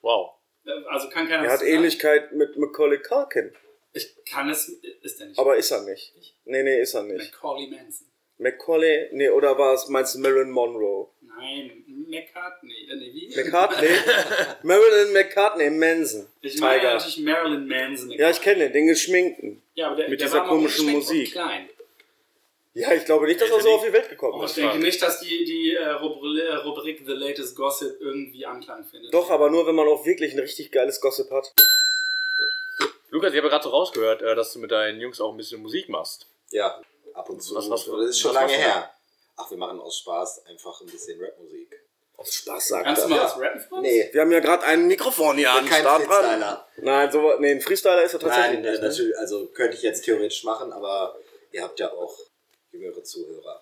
Speaker 2: Wow.
Speaker 3: Äh, Also kann keiner
Speaker 1: Er
Speaker 3: was
Speaker 1: hat
Speaker 3: zu sagen.
Speaker 1: Ähnlichkeit mit Macaulay Culkin.
Speaker 3: Ich kann es. Ist der nicht.
Speaker 1: Aber ist er nicht. Nee, nee, ist er nicht.
Speaker 3: Macaulay Manson.
Speaker 1: Macaulay, nee, oder war es, meinst du Marilyn Monroe?
Speaker 3: Nein, McCartney. Äh, nee, wie?
Speaker 1: McCartney? Marilyn McCartney, Manson.
Speaker 3: ich meine
Speaker 1: Tiger.
Speaker 3: natürlich Marilyn Manson.
Speaker 1: Ja, ich kenne den, den geschminkten.
Speaker 3: Ja, aber der,
Speaker 1: mit
Speaker 3: der
Speaker 1: dieser
Speaker 3: war mal
Speaker 1: komischen
Speaker 3: ungeschminkt
Speaker 1: Musik.
Speaker 3: Und klein.
Speaker 1: Ja, ich glaube nicht, dass er so auf die Welt gekommen
Speaker 3: Und ich
Speaker 1: ist.
Speaker 3: denke nicht, dass die, die äh, Rubri- äh, Rubrik The Latest Gossip irgendwie Anklang findet.
Speaker 1: Doch, aber nur, wenn man auch wirklich ein richtig geiles Gossip hat.
Speaker 2: Lukas, ich habe gerade so rausgehört, äh, dass du mit deinen Jungs auch ein bisschen Musik machst.
Speaker 4: Ja, ab und zu.
Speaker 2: Was machst du-
Speaker 4: das ist schon
Speaker 2: was
Speaker 4: lange
Speaker 2: machst du
Speaker 4: her. Ach, wir machen aus Spaß einfach ein bisschen Rapmusik.
Speaker 1: Aus Spaß sagt
Speaker 3: Kannst du
Speaker 1: er.
Speaker 3: mal
Speaker 4: Ja.
Speaker 3: was rappen für uns?
Speaker 4: Nee,
Speaker 1: Wir haben ja gerade ein Mikrofon hier an
Speaker 4: kein
Speaker 1: Start dran.
Speaker 4: Freestyler.
Speaker 1: Nein, so, nee, ein Freestyler ist er tatsächlich
Speaker 4: Nein, äh,
Speaker 1: nicht. ne?
Speaker 4: natürlich, also könnte ich jetzt theoretisch machen, aber ihr habt ja auch jüngere Zuhörer.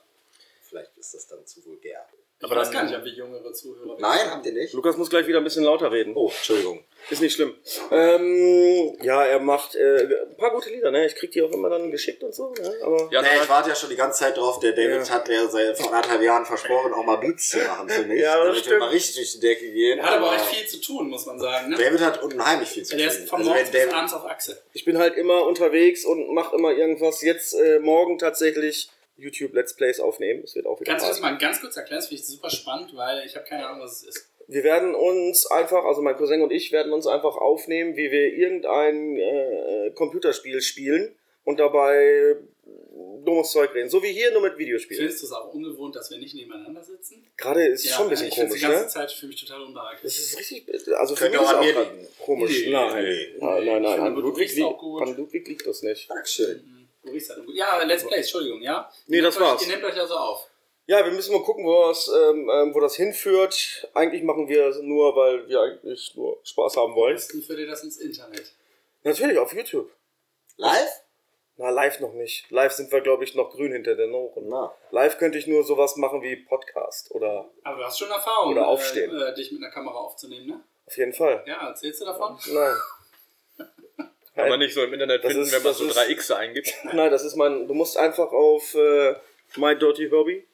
Speaker 4: Vielleicht ist das dann zu vulgär.
Speaker 3: Ich
Speaker 2: Aber
Speaker 3: weiß
Speaker 2: dann-
Speaker 3: gar nicht, ob wir jüngere Zuhörer
Speaker 4: Nein, habt ihr nicht?
Speaker 1: Lukas muss gleich wieder ein bisschen lauter reden.
Speaker 4: Oh, Entschuldigung.
Speaker 1: Ist nicht schlimm. Ähm, ja, er macht äh, ein paar gute Lieder, ne? Ich krieg die auch immer dann geschickt und so, ne? Aber
Speaker 2: Ja,
Speaker 4: nee,
Speaker 2: dann-
Speaker 4: ich warte ja schon die ganze Zeit drauf. Der David
Speaker 1: Ja.
Speaker 4: hat ja seit vor anderthalb Jahren versprochen, auch mal Beats zu machen für mich.
Speaker 1: Ja, das
Speaker 4: damit wir
Speaker 1: stimmt.
Speaker 4: mal richtig durch die Decke gehen.
Speaker 3: Er hat aber echt viel zu tun, muss man sagen. Ne?
Speaker 4: David hat unheimlich viel zu tun.
Speaker 3: Der ist von
Speaker 4: Also
Speaker 3: morgens
Speaker 4: wenn
Speaker 3: bis
Speaker 4: David,
Speaker 3: abends auf Achse.
Speaker 1: ich bin halt immer unterwegs und mach immer irgendwas. Jetzt äh, morgen tatsächlich YouTube Let's Plays aufnehmen. Es wird auch wieder
Speaker 3: Kannst du das
Speaker 1: Party.
Speaker 3: mal ganz kurz erklären? Das finde ich super spannend, weil ich habe keine Ahnung, was es ist.
Speaker 1: Wir werden uns einfach, also mein Cousin und ich werden uns einfach aufnehmen, wie wir irgendein äh, Computerspiel spielen und dabei dummes Zeug reden. So wie hier, nur mit Videospielen.
Speaker 3: Findest du es auch ungewohnt, dass wir nicht nebeneinander sitzen?
Speaker 1: Gerade ist schon ein bisschen
Speaker 3: ich
Speaker 1: komisch,
Speaker 3: Ich die ganze
Speaker 1: ne?
Speaker 3: Zeit für mich total unbehaglich.
Speaker 1: Das ist richtig. Also für mich
Speaker 4: Könnte
Speaker 1: ist
Speaker 4: auch an
Speaker 1: auch
Speaker 4: mir
Speaker 1: grad
Speaker 4: liegen.
Speaker 1: komisch.
Speaker 3: Nee,
Speaker 1: nein.
Speaker 4: nee,
Speaker 1: nein, nein,
Speaker 3: Ich
Speaker 1: nein.
Speaker 3: finde,
Speaker 1: An
Speaker 3: du
Speaker 1: Ludwig,
Speaker 3: riechst
Speaker 1: liegt,
Speaker 3: auch gut.
Speaker 1: an Ludwig liegt das nicht.
Speaker 4: Dankeschön.
Speaker 3: Du riechst halt gut. Ja, Let's Plays, Entschuldigung, ja?
Speaker 1: Nee,
Speaker 3: Ihr
Speaker 1: das
Speaker 3: nehmt
Speaker 1: war's.
Speaker 3: Euch, ihr nehmt euch also auf.
Speaker 1: Ja, wir müssen mal gucken, wo das, ähm, ähm, wo das hinführt. Eigentlich machen wir es nur, weil wir eigentlich nur Spaß haben
Speaker 3: Am
Speaker 1: wollen.
Speaker 3: besten für dir das ins Internet.
Speaker 1: Natürlich auf YouTube.
Speaker 4: Live?
Speaker 1: Na, live noch nicht. Live sind wir, glaube ich, noch grün hinter der Noren.
Speaker 4: Na,
Speaker 1: Live könnte ich nur sowas machen wie Podcast oder
Speaker 3: Aber du hast schon Erfahrung,
Speaker 1: Oder aufstehen.
Speaker 3: Äh, äh, dich mit einer Kamera aufzunehmen, ne?
Speaker 1: auf jeden Fall.
Speaker 3: Ja, erzählst du davon?
Speaker 1: Nein.
Speaker 2: Kann man nicht so im Internet
Speaker 1: Das
Speaker 2: finden,
Speaker 1: ist-
Speaker 2: wenn man
Speaker 1: das
Speaker 2: so
Speaker 1: ist-
Speaker 2: drei X eingibt.
Speaker 1: Nein, das ist mein. Du musst einfach auf äh, My Dirty Hobby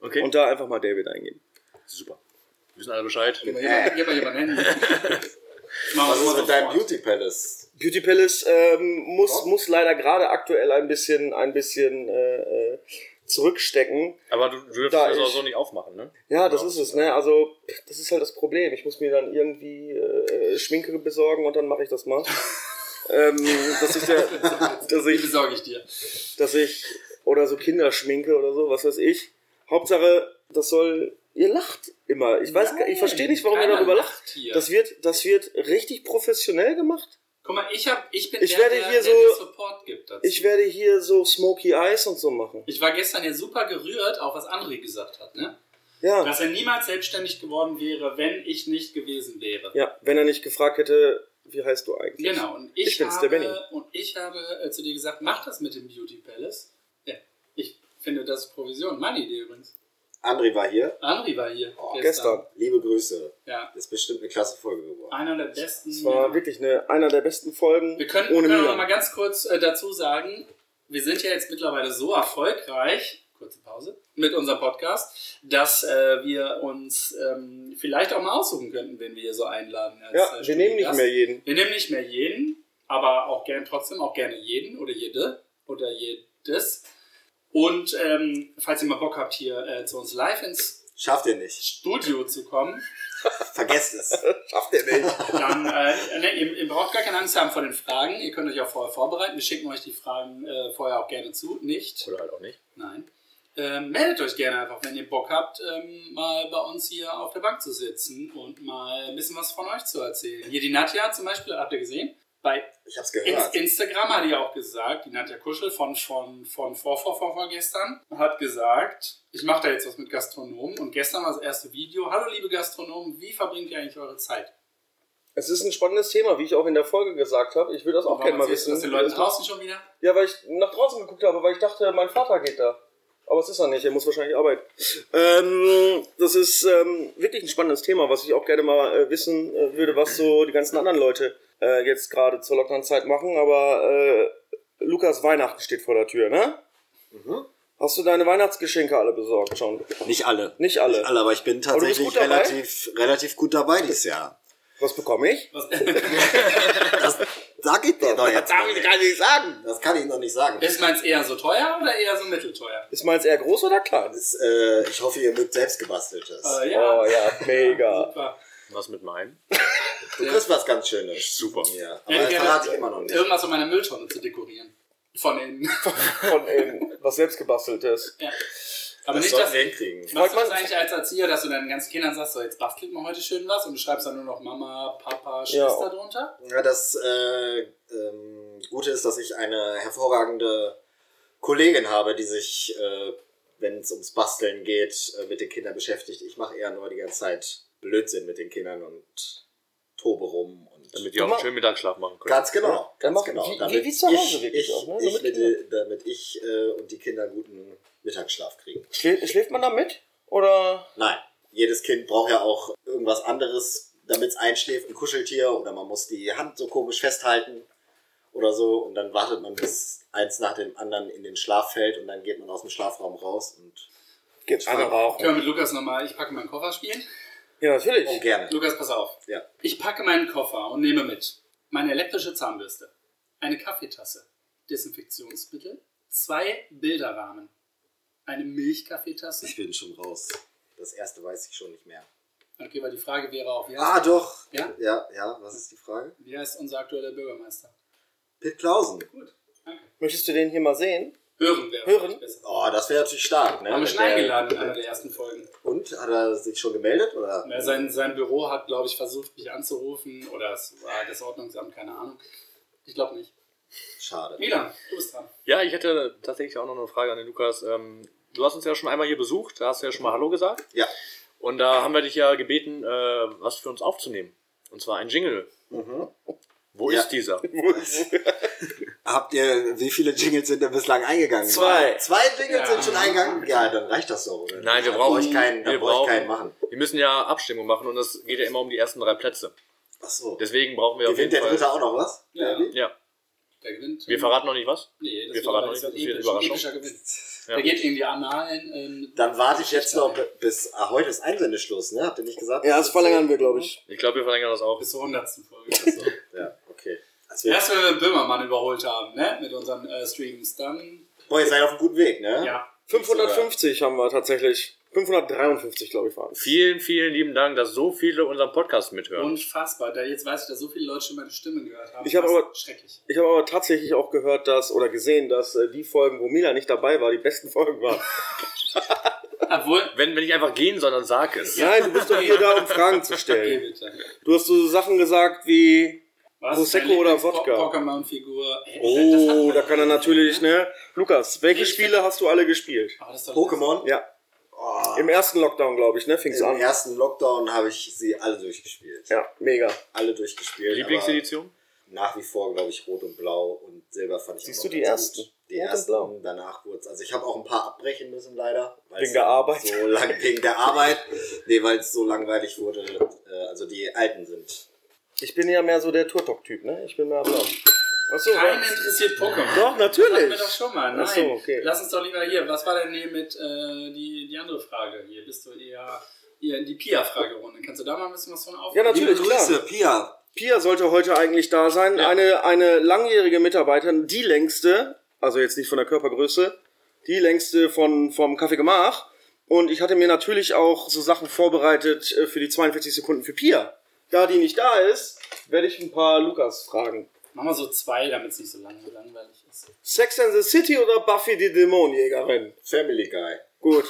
Speaker 2: Okay.
Speaker 1: und da einfach mal David eingeben.
Speaker 2: Super. Wir wissen alle Bescheid.
Speaker 1: Genau.
Speaker 3: Gib mal jemand- gib mal jemanden hin. Machen
Speaker 4: was
Speaker 3: wir
Speaker 4: ist
Speaker 3: mal
Speaker 4: mit deinem
Speaker 3: sofort.
Speaker 4: Beauty Palace?
Speaker 1: Beauty Palace ähm, muss,
Speaker 4: Oh.
Speaker 1: muss leider gerade aktuell ein bisschen, ein bisschen äh, äh, zurückstecken.
Speaker 2: Aber du, du dürftest
Speaker 1: Da
Speaker 2: das
Speaker 1: ich-
Speaker 2: auch so nicht aufmachen, ne?
Speaker 1: Ja, das
Speaker 2: Ja.
Speaker 1: ist es, ne? Also, das ist halt das Problem. Ich muss mir dann irgendwie äh, Schminke besorgen und dann mache ich das mal. ähm, dass ich der, dass
Speaker 3: Die
Speaker 1: ich,
Speaker 3: besorge ich dir.
Speaker 1: dass ich, oder so Kinderschminke oder so, was weiß ich. Hauptsache, das soll, ihr lacht immer. Ich weiß, gar- ich verstehe nicht, warum ihr
Speaker 3: Keiner
Speaker 1: darüber lacht.
Speaker 3: hier.
Speaker 1: Das wird, das wird richtig professionell gemacht.
Speaker 3: Guck mal, ich, hab, ich bin
Speaker 1: Ich
Speaker 3: der,
Speaker 1: werde
Speaker 3: der,
Speaker 1: hier
Speaker 3: der dir
Speaker 1: so-
Speaker 3: Support gibt dazu.
Speaker 1: Ich werde hier so Smoky Eyes und so machen.
Speaker 3: ich war gestern ja super gerührt, auch was André gesagt hat, ne?
Speaker 1: Ja.
Speaker 3: Dass er niemals selbstständig geworden wäre, wenn ich nicht gewesen wäre.
Speaker 1: Ja, wenn er nicht gefragt hätte, wie heißt du eigentlich?
Speaker 3: Genau, und ich,
Speaker 1: Ich bin's,
Speaker 3: habe,
Speaker 1: der Benny.
Speaker 3: Und ich habe äh, zu dir gesagt, mach das mit dem Beauty Palace. Ja, ich finde, das ist Provision. Meine Idee übrigens.
Speaker 4: André war hier.
Speaker 3: André war hier.
Speaker 4: Oh,
Speaker 1: Gestern.
Speaker 4: Liebe Grüße.
Speaker 3: Ja,
Speaker 4: Ist bestimmt eine klasse Folge geworden.
Speaker 3: einer der besten.
Speaker 1: Es war wirklich eine, einer der besten Folgen.
Speaker 3: Wir können,
Speaker 1: ohne
Speaker 3: können wir
Speaker 1: Milan.
Speaker 3: noch mal ganz kurz äh, dazu sagen, wir sind ja jetzt mittlerweile so erfolgreich, kurze Pause, mit unserem Podcast, dass äh, wir uns ähm, vielleicht auch mal aussuchen könnten, wen wir hier so einladen. Als,
Speaker 1: Ja,
Speaker 3: äh,
Speaker 1: wir nehmen nicht
Speaker 3: Studiogast.
Speaker 1: mehr jeden.
Speaker 3: Wir nehmen nicht mehr jeden, aber auch gern, trotzdem auch gerne jeden oder jede oder jedes. Und ähm, falls ihr mal Bock habt, hier äh, zu uns live ins
Speaker 4: Schafft ihr nicht.
Speaker 3: Studio zu kommen,
Speaker 4: Vergesst es.
Speaker 1: Schafft er nicht.
Speaker 3: dann, äh, ne, ihr, ihr braucht gar keine Angst haben vor den Fragen. Ihr könnt euch auch vorher vorbereiten. Wir schicken euch die Fragen äh, vorher auch gerne zu. Nicht?
Speaker 2: Oder halt auch nicht.
Speaker 3: Nein. Ähm, meldet euch gerne einfach, wenn ihr Bock habt, ähm, mal bei uns hier auf der Bank zu sitzen und mal ein bisschen was von euch zu erzählen. Hier die Nadja zum Beispiel, habt ihr gesehen? Bei
Speaker 4: Ich hab's
Speaker 3: Ins-
Speaker 4: gehört.
Speaker 3: Instagram hat ja auch gesagt, die Nadja Kuschel von, von, von vor, vor, vor, vorgestern, hat gesagt, ich mache da jetzt was mit Gastronomen und gestern war das erste Video. Hallo liebe Gastronomen, wie verbringt ihr eigentlich eure Zeit?
Speaker 1: Es ist ein spannendes Thema, wie ich auch in der Folge gesagt habe. Ich will das auch
Speaker 3: Warum
Speaker 1: gerne mal
Speaker 3: erzählst du
Speaker 1: wissen. Äh,
Speaker 3: Das den
Speaker 4: äh,
Speaker 3: Leuten draußen schon wieder?
Speaker 1: Ja, weil ich nach draußen geguckt habe, weil ich dachte, mein Vater geht da. Aber es ist er nicht, er muss wahrscheinlich arbeiten. Ähm, das ist ähm, wirklich ein spannendes Thema, was ich auch gerne mal äh, wissen äh, würde, was so die ganzen anderen Leute äh, jetzt gerade zur Lockdown-Zeit machen. Aber äh, Lukas, Weihnachten steht vor der Tür, ne? Hast du deine Weihnachtsgeschenke alle besorgt schon?
Speaker 4: Nicht alle.
Speaker 1: Nicht alle.
Speaker 4: Nicht alle, aber ich
Speaker 1: du
Speaker 4: bin
Speaker 1: bist
Speaker 4: tatsächlich
Speaker 1: gut dabei?
Speaker 4: relativ, relativ gut dabei dieses Jahr.
Speaker 1: Was bekomme ich?
Speaker 3: Was,
Speaker 4: Das sag ich dir doch jetzt. noch nicht.
Speaker 1: nicht sagen.
Speaker 4: Das kann ich noch nicht sagen.
Speaker 3: ist meins eher so teuer oder eher so mittelteuer?
Speaker 1: Ist meins eher groß oder klein?
Speaker 4: Das, äh, ich hoffe, ihr mögt selbstgebasteltes.
Speaker 3: Äh, ja,
Speaker 1: Oh ja, mega.
Speaker 3: super.
Speaker 2: Was mit meinem?
Speaker 4: du kriegst was ganz Schönes.
Speaker 2: Super.
Speaker 4: Ja, aber
Speaker 3: Ja,
Speaker 4: das
Speaker 3: gerne.
Speaker 4: verrate ich immer noch nicht.
Speaker 3: Irgendwas um meine Mülltonne zu dekorieren. Von innen.
Speaker 1: Von eben was selbstgebasteltes.
Speaker 3: ja. Aber
Speaker 4: Das
Speaker 3: nicht,
Speaker 4: sollten
Speaker 3: dass
Speaker 4: wir hinkriegen.
Speaker 3: Machst du
Speaker 1: Freut
Speaker 3: das
Speaker 1: man-
Speaker 3: eigentlich als Erzieher, dass du deinen ganzen Kindern sagst, so jetzt bastelt mal heute schön was und du schreibst dann nur noch Mama, Papa,
Speaker 1: Ja.
Speaker 3: Schwester drunter?
Speaker 4: Ja, das äh, ähm, Gute ist, dass ich eine hervorragende Kollegin habe, die sich, äh, wenn es ums Basteln geht, äh, mit den Kindern beschäftigt. Ich mache eher nur die ganze Zeit Blödsinn mit den Kindern und tobe rum. Und
Speaker 2: Damit die auch einen schönen Mittagsschlaf machen können.
Speaker 4: ganz genau.
Speaker 1: Ja,
Speaker 4: Ganz
Speaker 1: machen-
Speaker 4: genau.
Speaker 1: wie- wie-
Speaker 4: damit
Speaker 1: wie zu Hause
Speaker 4: ich,
Speaker 1: wirklich
Speaker 4: ich,
Speaker 1: auch, ne?
Speaker 4: Ich
Speaker 1: Damit
Speaker 4: mit,
Speaker 1: die-
Speaker 4: damit ich äh, und die Kinder guten Mittagsschlaf kriegen.
Speaker 1: Schlä schläft man da mit? Oder?
Speaker 4: Nein, jedes Kind braucht ja auch irgendwas anderes, damit es einschläft, ein Kuscheltier oder man muss die Hand so komisch festhalten oder so und dann wartet man, bis eins nach dem anderen in den Schlaf fällt und dann geht man aus dem Schlafraum raus und
Speaker 1: Geht
Speaker 4: einer
Speaker 1: rauchen.
Speaker 3: Können wir mit Lukas nochmal, ich packe meinen Koffer spielen?
Speaker 1: Ja, natürlich.
Speaker 4: oh, gerne.
Speaker 3: Lukas, pass auf.
Speaker 4: Ja.
Speaker 3: Ich packe meinen Koffer und nehme mit meine elektrische Zahnbürste, eine Kaffeetasse, Desinfektionsmittel, zwei Bilderrahmen, eine Milchkaffeetasse.
Speaker 4: Ich bin schon raus. Das erste weiß ich schon nicht mehr.
Speaker 3: Okay, weil die Frage wäre auch, wie heißt,
Speaker 4: Ah, doch.
Speaker 3: Ja?
Speaker 4: Ja, ja. Was ist die Frage?
Speaker 3: wie heißt unser aktueller Bürgermeister?
Speaker 4: Pit Klausen.
Speaker 3: Gut, danke.
Speaker 1: Möchtest du den hier mal sehen?
Speaker 3: Hören wäre
Speaker 1: Hören?
Speaker 3: vielleicht besser.
Speaker 4: Oh, das wäre natürlich stark. Ne?
Speaker 3: Haben wir schon
Speaker 4: Der-
Speaker 3: eingeladen in einer der ersten Folgen.
Speaker 4: Und? Hat er sich schon gemeldet? Oder?
Speaker 3: Ja, Sein, sein Büro hat, glaube ich, versucht, mich anzurufen oder es war das Ordnungsamt, keine Ahnung. Ich glaube nicht.
Speaker 4: Schade.
Speaker 3: Milan, du bist dran.
Speaker 2: Ja, ich hätte tatsächlich auch noch eine Frage an den Lukas. Ähm, du hast uns ja schon einmal hier besucht, da hast du ja schon mal Hallo gesagt.
Speaker 4: Ja.
Speaker 2: Und da haben wir dich ja gebeten, äh, was für uns
Speaker 4: Mhm.
Speaker 2: aufzunehmen. Und zwar ein Jingle. Wo
Speaker 4: Ja.
Speaker 2: ist dieser?
Speaker 4: Habt ihr, wie viele Jingles sind denn bislang eingegangen?
Speaker 1: Zwei.
Speaker 4: Zwei Jingles
Speaker 3: Ja.
Speaker 4: sind schon eingegangen? Ja, dann reicht das doch, oder?
Speaker 2: Nein, wir
Speaker 4: Da
Speaker 2: brauchen-
Speaker 4: brauch ich keinen, da
Speaker 2: wir
Speaker 4: brauche ich
Speaker 2: brauchen-
Speaker 4: keinen machen.
Speaker 2: Wir müssen ja Abstimmung machen und das geht ja immer um die ersten drei Plätze.
Speaker 4: Ach so.
Speaker 2: Deswegen brauchen wir auf
Speaker 4: Gewinnt der
Speaker 2: jeden
Speaker 4: Dritte
Speaker 2: Fall.
Speaker 4: auch noch was?
Speaker 3: Ja.
Speaker 4: Derby?
Speaker 2: Ja,
Speaker 3: Der gewinnt.
Speaker 2: wir verraten noch nicht was.
Speaker 3: Nee, das
Speaker 2: wir
Speaker 3: wird
Speaker 2: verraten
Speaker 3: aber
Speaker 2: noch nicht,
Speaker 3: ein
Speaker 2: das wird
Speaker 3: episch-
Speaker 2: Überraschung.
Speaker 3: epischer Gewinn.
Speaker 2: Ja.
Speaker 3: Der geht in die Annalen. Ähm,
Speaker 4: Dann warte ich jetzt noch bis, ah, heute ist Einsendeschluss, ne? Habt ihr nicht gesagt?
Speaker 1: Ja, das verlängern wir, glaube ich.
Speaker 2: Ich glaube, wir verlängern das auch.
Speaker 3: bis zur 100. Folge. Also.
Speaker 4: Ja, okay. Das wird,
Speaker 3: Erst wenn wir Böhmermann überholt haben, ne? Mit unseren äh, Streams, dann.
Speaker 4: Boah, ihr seid auf einem guten Weg, ne?
Speaker 3: Ja.
Speaker 1: 550 haben wir tatsächlich. 553, glaube ich, waren es.
Speaker 2: Vielen, vielen lieben Dank, dass so viele unseren Podcast mithören.
Speaker 3: Unfassbar. Da, jetzt weiß ich, dass so viele Leute schon meine Stimme gehört haben.
Speaker 1: Ich hab
Speaker 3: Das ist
Speaker 1: aber-
Speaker 3: Schrecklich.
Speaker 1: Ich habe aber tatsächlich auch gehört, dass, oder gesehen, dass äh, die Folgen, wo Mila nicht dabei war, die besten Folgen waren.
Speaker 3: Obwohl.
Speaker 2: Wenn wir nicht einfach gehen, sondern sag es.
Speaker 1: Nein, du bist doch hier da, um Fragen zu
Speaker 3: Okay,
Speaker 1: stellen.
Speaker 3: bitte.
Speaker 1: Du hast so Sachen gesagt wie,
Speaker 3: Was
Speaker 1: Prosecco
Speaker 3: deine
Speaker 1: oder
Speaker 3: Lieblings-
Speaker 1: Wodka?
Speaker 3: Pokémon-Figur. Hä, das hatten
Speaker 1: oh,
Speaker 3: wir
Speaker 1: da kann er
Speaker 3: nicht.
Speaker 1: natürlich, ne? Lukas, welche
Speaker 3: Ich-
Speaker 1: Spiele hast du alle gespielt?
Speaker 3: Aber das ist doch-
Speaker 4: Pokémon?
Speaker 1: Ja,
Speaker 4: Oh,
Speaker 1: im ersten Lockdown, glaube ich, ne? Fing's
Speaker 4: Im
Speaker 1: an.
Speaker 4: ersten Lockdown habe ich sie alle durchgespielt.
Speaker 1: Ja, mega.
Speaker 4: Alle durchgespielt.
Speaker 2: Lieblingsedition?
Speaker 4: aber Nach wie vor, glaube ich, Rot und Blau und Silber fand ich
Speaker 1: Siehst
Speaker 4: auch
Speaker 1: du die
Speaker 4: ganz
Speaker 1: ersten?
Speaker 4: Gut. Die
Speaker 1: Rot und
Speaker 4: ersten,
Speaker 1: Blau.
Speaker 4: danach kurz. Also ich habe auch ein paar abbrechen müssen, leider. weil's
Speaker 1: Wegen der Arbeit.
Speaker 4: So lang, wegen der Arbeit. Nee, weil es so langweilig wurde. Äh, Also die alten sind.
Speaker 1: Ich bin ja mehr so der Turtok-Typ, ne? Ich bin mehr blau. Achso,
Speaker 3: Keinen interessiert
Speaker 1: doch,
Speaker 3: Pokémon. Das hatten
Speaker 1: natürlich.
Speaker 3: wir doch schon mal.
Speaker 1: Ach
Speaker 3: Nein.
Speaker 1: so, okay.
Speaker 3: Lass uns doch lieber hier. Was war denn hier mit äh, die, die andere Frage hier? Bist du eher, eher in die Pia-Fragerunde? Kannst du da mal ein bisschen was von aufnehmen?
Speaker 1: Ja, natürlich,
Speaker 4: Liebe Grüße,
Speaker 1: klar.
Speaker 4: Pia.
Speaker 1: Pia sollte heute eigentlich da sein.
Speaker 2: Ja.
Speaker 1: Eine, eine langjährige Mitarbeiterin, die längste, also jetzt nicht von der Körpergröße, die längste von, vom Kaffee Gemach. Und ich hatte mir natürlich auch so Sachen vorbereitet äh, für die 42 Sekunden für Pia. Da die nicht da ist, werde ich ein paar Lukas fragen.
Speaker 3: Mach mal so zwei, damit es nicht so lang, langweilig ist.
Speaker 1: Sex and the City oder Buffy die Dämonenjägerin?
Speaker 4: Family Guy.
Speaker 1: Gut.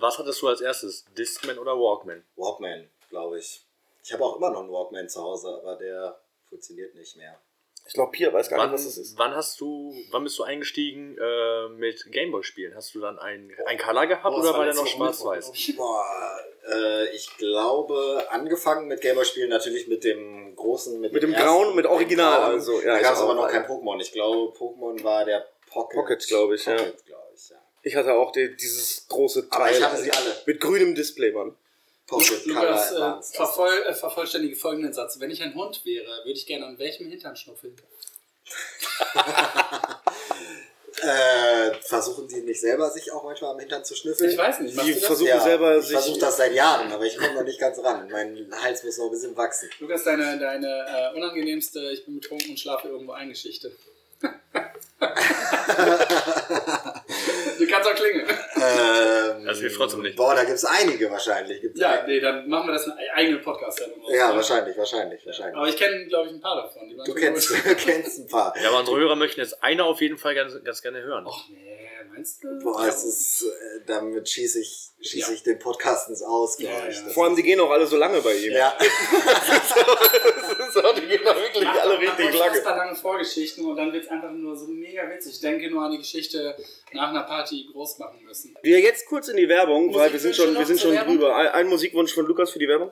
Speaker 2: Was hattest du als erstes? Discman oder Walkman?
Speaker 4: Walkman, glaube ich. Ich habe auch immer noch einen Walkman zu Hause, aber der funktioniert nicht mehr.
Speaker 1: Ich glaube, Pia weiß gar
Speaker 2: Wann,
Speaker 1: nicht, was das ist.
Speaker 2: wann hast du, wann bist du eingestiegen äh, mit Gameboy-Spielen? Hast du dann ein, ein Color gehabt
Speaker 3: Boah, das
Speaker 2: oder war der
Speaker 3: letzte
Speaker 2: noch
Speaker 3: Woche
Speaker 2: schwarz-weiß?
Speaker 3: Mittwoch.
Speaker 4: Boah, äh, ich glaube, angefangen mit Gameboy-Spielen natürlich mit dem großen, mit,
Speaker 1: Mit dem grauen, mit Original,
Speaker 4: grauen.
Speaker 1: also, ja,
Speaker 4: da
Speaker 1: ich
Speaker 4: gab es
Speaker 1: auch.
Speaker 4: aber noch kein Pokémon. Ich glaube, Pokémon war der Pocket.
Speaker 1: Pocket, glaube ich, ja.
Speaker 4: Pocket, glaub ich, ja.
Speaker 1: Ich hatte auch die, dieses große Teil.
Speaker 4: Aber ich hatte sie alle.
Speaker 1: Mit grünem Display, Mann.
Speaker 4: Pocket Color
Speaker 3: Lukas,
Speaker 4: Advanced.
Speaker 3: äh, vervoll, äh, vervollständige folgenden Satz. Wenn ich ein Hund wäre, würde ich gerne an welchem Hintern schnuffeln?
Speaker 4: äh, versuchen die nicht selber, sich auch manchmal am Hintern zu schnüffeln?
Speaker 3: Ich weiß nicht.
Speaker 1: Die
Speaker 3: Machst du das?
Speaker 1: versuchen selber
Speaker 4: ich
Speaker 1: sich-
Speaker 4: versuche das seit Jahren, aber ich komme noch nicht ganz ran. Mein Hals muss noch ein bisschen wachsen.
Speaker 3: Lukas, deine, deine äh, unangenehmste, ich bin betrunken und schlafe irgendwo ein Geschichte. du kannst auch klingeln.
Speaker 4: Ähm,
Speaker 2: Das hilft trotzdem nicht.
Speaker 4: Boah, da gibt es einige wahrscheinlich. Gibt's
Speaker 3: Ja,
Speaker 4: einige.
Speaker 3: nee, dann machen wir das eine eigene Podcast-Sendung. aus.
Speaker 4: ja, wahrscheinlich, wahrscheinlich, wahrscheinlich.
Speaker 3: Aber ich kenne, glaube ich, ein paar davon. Die waren
Speaker 4: Du
Speaker 3: schon
Speaker 4: kennst,
Speaker 3: gut.
Speaker 4: du kennst ein paar.
Speaker 2: Ja, aber unsere Hörer möchten jetzt eine auf jeden Fall ganz, ganz gerne hören.
Speaker 3: Och nee, meinst du?
Speaker 4: Boah, es ist, äh, damit schieße ich, schieß
Speaker 3: Ja.
Speaker 4: ich den Podcast ins Aus,
Speaker 3: Ja,
Speaker 4: glaube ich.
Speaker 3: ja.
Speaker 4: Das
Speaker 1: Vor allem, die gehen auch alle so lange bei ihm.
Speaker 4: ist- ja.
Speaker 1: die gehen auch wirklich
Speaker 3: Macht doch- macht doch unfassbar lange Vorgeschichten und dann wird es einfach nur so mega witzig. Ich denke nur an die Geschichte nach einer Party groß machen müssen.
Speaker 1: Wir jetzt kurz in die Werbung, weil wir sind
Speaker 3: Musikwünsche
Speaker 1: schon, wir
Speaker 3: noch
Speaker 1: sind
Speaker 3: zur
Speaker 1: schon
Speaker 3: Werbung?
Speaker 1: drüber. Ein, ein Musikwunsch von Lukas für die Werbung.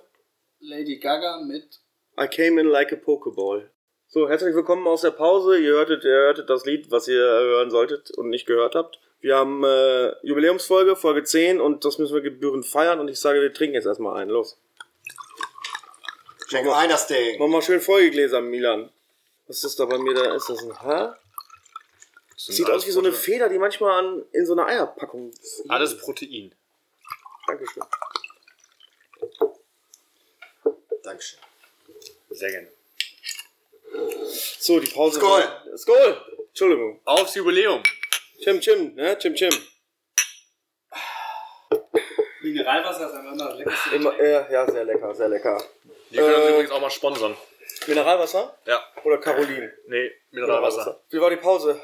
Speaker 3: Lady Gaga mit.
Speaker 1: I came in like a Pokeball. So, herzlich willkommen aus der Pause. Ihr hörtet, ihr hörtet das Lied, was ihr hören solltet und nicht gehört habt. Wir haben äh, Jubiläumsfolge, Folge 10 und das müssen wir gebührend feiern und ich sage, wir trinken jetzt erstmal einen. Los.
Speaker 4: Schenk mal ein das Ding.
Speaker 1: Mach mal schön Folgegläser, Milan. Was ist da bei mir da? Ist das ein Haar?
Speaker 2: Das
Speaker 1: Sieht aus wie so eine Feder, die manchmal an, in so einer Eierpackung.
Speaker 2: Alles Protein.
Speaker 1: Dankeschön.
Speaker 4: Dankeschön.
Speaker 2: Sehr gerne.
Speaker 1: So, die Pause.
Speaker 4: Skoll!
Speaker 1: Skoll! Entschuldigung.
Speaker 2: Aufs Jubiläum.
Speaker 1: Chim, chim, ne? Chim, chim.
Speaker 3: Mineralwasser ist einfach das leckerste.
Speaker 1: Immer, äh, ja, sehr lecker, sehr lecker.
Speaker 2: Die können uns
Speaker 1: Äh.
Speaker 2: übrigens auch mal sponsern.
Speaker 1: Mineralwasser
Speaker 2: Ja.
Speaker 1: oder Caroline?
Speaker 2: Nee, Mineralwasser.
Speaker 1: Wie war die Pause?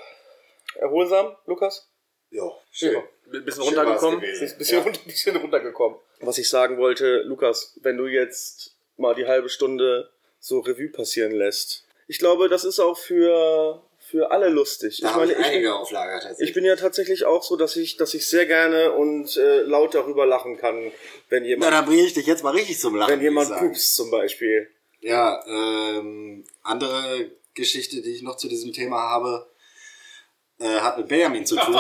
Speaker 1: Erholsam, Lukas?
Speaker 4: Ja, schön.
Speaker 2: B- Bisschen
Speaker 4: Schön war's
Speaker 2: runtergekommen.
Speaker 4: gewesen.
Speaker 1: Ist ein bisschen, runter, bisschen runtergekommen. Was ich sagen wollte, Lukas, wenn du jetzt mal die halbe Stunde so Revue passieren lässt. Ich glaube, das ist auch für, für alle lustig.
Speaker 4: Da
Speaker 1: ich
Speaker 4: habe
Speaker 1: meine,
Speaker 4: ich einige
Speaker 1: ich,
Speaker 4: auf Lager tatsächlich.
Speaker 1: ich bin ja tatsächlich auch so, dass ich, dass ich sehr gerne und äh, laut darüber lachen kann, wenn
Speaker 4: Na,
Speaker 1: jemand,
Speaker 4: dann bringe ich dich jetzt mal richtig zum Lachen.
Speaker 1: wenn
Speaker 4: würd ich
Speaker 1: jemand
Speaker 4: sagen.
Speaker 1: pupst zum Beispiel.
Speaker 4: Ja, ähm, andere Geschichte, die ich noch zu diesem Thema habe, äh, hat mit Benjamin zu tun.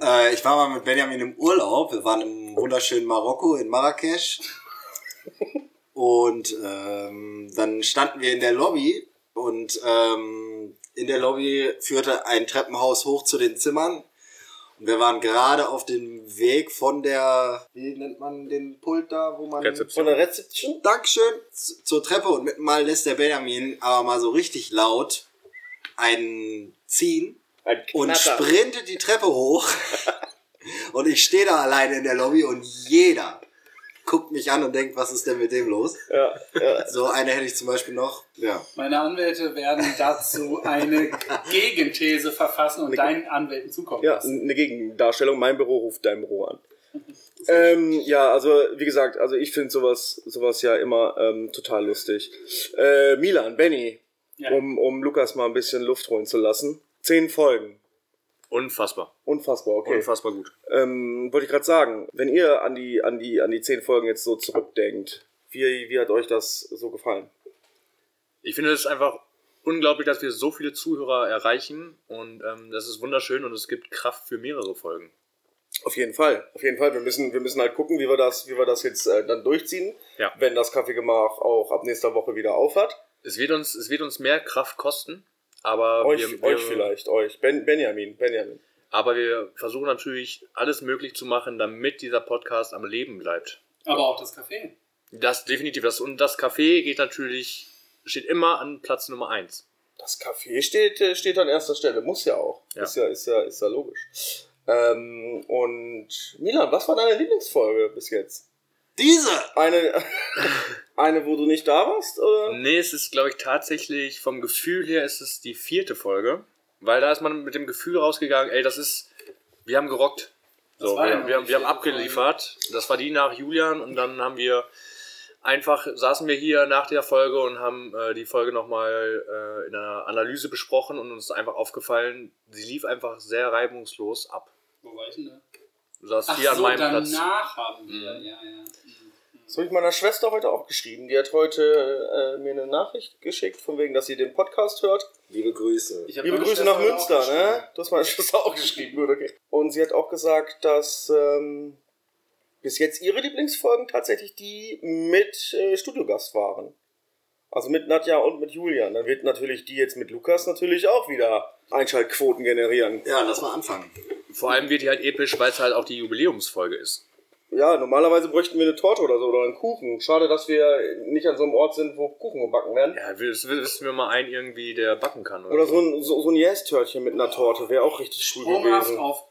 Speaker 4: äh, ich war mal mit Benjamin im Urlaub. Wir waren im wunderschönen Marokko in Marrakesch. Und ähm, dann standen wir in der Lobby und ähm, in der Lobby führte ein Treppenhaus hoch zu den Zimmern. Und wir waren gerade auf dem Weg von der, wie nennt man den Pult da, wo man...
Speaker 1: Von der Rezeption?
Speaker 4: Dankeschön Z- zur Treppe und mit mal lässt der Benjamin aber mal so richtig laut einen ziehen
Speaker 1: Ein
Speaker 4: und
Speaker 1: Knatter.
Speaker 4: sprintet die Treppe hoch. und ich stehe da alleine in der Lobby und jeder guckt mich an und denkt, was ist denn mit dem los?
Speaker 1: Ja, ja.
Speaker 4: So eine hätte ich zum Beispiel noch. Ja.
Speaker 3: Meine Anwälte werden dazu eine Gegenthese verfassen und deinen Anwälten zukommen
Speaker 1: ja,
Speaker 3: lassen.
Speaker 1: eine Gegendarstellung. Mein Büro ruft dein Büro an. Ähm, ja, also wie gesagt, also ich finde sowas, sowas ja immer ähm, total lustig. Äh, Milan, Benny,
Speaker 3: Ja.
Speaker 1: um, um Lukas mal ein bisschen Luft holen zu lassen. Zehn Folgen.
Speaker 2: Unfassbar.
Speaker 1: Unfassbar, okay.
Speaker 2: Unfassbar gut.
Speaker 1: Ähm, wollte ich gerade sagen, wenn ihr an die, an, die, an die zehn Folgen jetzt so zurückdenkt, wie, wie hat euch das so gefallen?
Speaker 2: Ich finde es einfach unglaublich, dass wir so viele Zuhörer erreichen und ähm, das ist wunderschön und es gibt Kraft für mehrere Folgen.
Speaker 1: Auf jeden Fall, auf jeden Fall. Wir müssen, wir müssen halt gucken, wie wir das, wie wir das jetzt äh, dann durchziehen,
Speaker 2: Ja.
Speaker 1: wenn das Kaffeegemach auch ab nächster Woche wieder auf hat.
Speaker 2: Es wird uns, es wird uns mehr Kraft kosten, aber
Speaker 1: euch,
Speaker 2: wir, wir,
Speaker 1: euch vielleicht, euch. Ben, Benjamin, Benjamin.
Speaker 2: Aber wir versuchen natürlich alles möglich zu machen, damit dieser Podcast am Leben bleibt.
Speaker 3: Aber auch das Café.
Speaker 2: Das definitiv. Das, und das Café geht natürlich, steht immer an Platz Nummer 1.
Speaker 1: Das Café steht, äh, steht an erster Stelle, muss ja auch.
Speaker 2: Ja.
Speaker 1: Ist ja, ist ja, ist ja logisch. Ähm, und Milan, was war deine Lieblingsfolge bis jetzt?
Speaker 4: Diese!
Speaker 1: Eine, eine, wo du nicht da warst? Oder?
Speaker 2: Nee, es ist, glaube ich, tatsächlich vom Gefühl her ist es die vierte Folge. Weil da ist man mit dem Gefühl rausgegangen, ey, das ist, wir haben gerockt.
Speaker 3: Das
Speaker 2: So,
Speaker 3: war ja
Speaker 2: wir, wir,
Speaker 3: noch die
Speaker 2: wir haben
Speaker 3: vierte
Speaker 2: abgeliefert. Das war die nach Julian und dann haben wir einfach, saßen wir hier nach der Folge und haben äh, die Folge nochmal äh, in einer Analyse besprochen und uns ist einfach aufgefallen, sie lief einfach sehr reibungslos ab.
Speaker 3: Wo war ich denn da?
Speaker 2: Du saßt
Speaker 3: Ach
Speaker 2: hier an
Speaker 3: so,
Speaker 2: meinem
Speaker 3: danach
Speaker 2: Platz.
Speaker 3: haben wir,
Speaker 2: Mhm.
Speaker 3: ja, ja.
Speaker 1: Das habe ich meiner Schwester heute auch geschrieben. Die hat heute äh, mir eine Nachricht geschickt, von wegen, dass sie den Podcast hört.
Speaker 4: Liebe Grüße.
Speaker 3: Ich hab
Speaker 1: Liebe
Speaker 3: meine
Speaker 1: Grüße
Speaker 3: Schwester
Speaker 1: nach
Speaker 3: heute
Speaker 1: Münster,
Speaker 3: auch
Speaker 1: ne? Du hast meine Schwester auch geschrieben, gut, okay. Und sie hat auch gesagt, dass ähm, bis jetzt ihre Lieblingsfolgen tatsächlich die mit äh, Studiogast waren. Also mit Nadja und mit Julian. Dann wird natürlich die jetzt mit Lukas natürlich auch wieder Einschaltquoten generieren.
Speaker 4: Ja, lass mal anfangen.
Speaker 2: Vor allem wird die halt episch, weil es halt auch die Jubiläumsfolge ist.
Speaker 1: Ja, normalerweise bräuchten wir eine Torte oder so oder einen Kuchen. Schade, dass wir nicht an so einem Ort sind, wo Kuchen gebacken werden.
Speaker 2: Ja, wir- das wissen wir mal ein irgendwie, der backen kann.
Speaker 1: Oder so ein, so, so ein Yes-Törtchen mit einer Torte wäre auch richtig schwul
Speaker 3: Sprunghaft
Speaker 1: gewesen.
Speaker 3: auf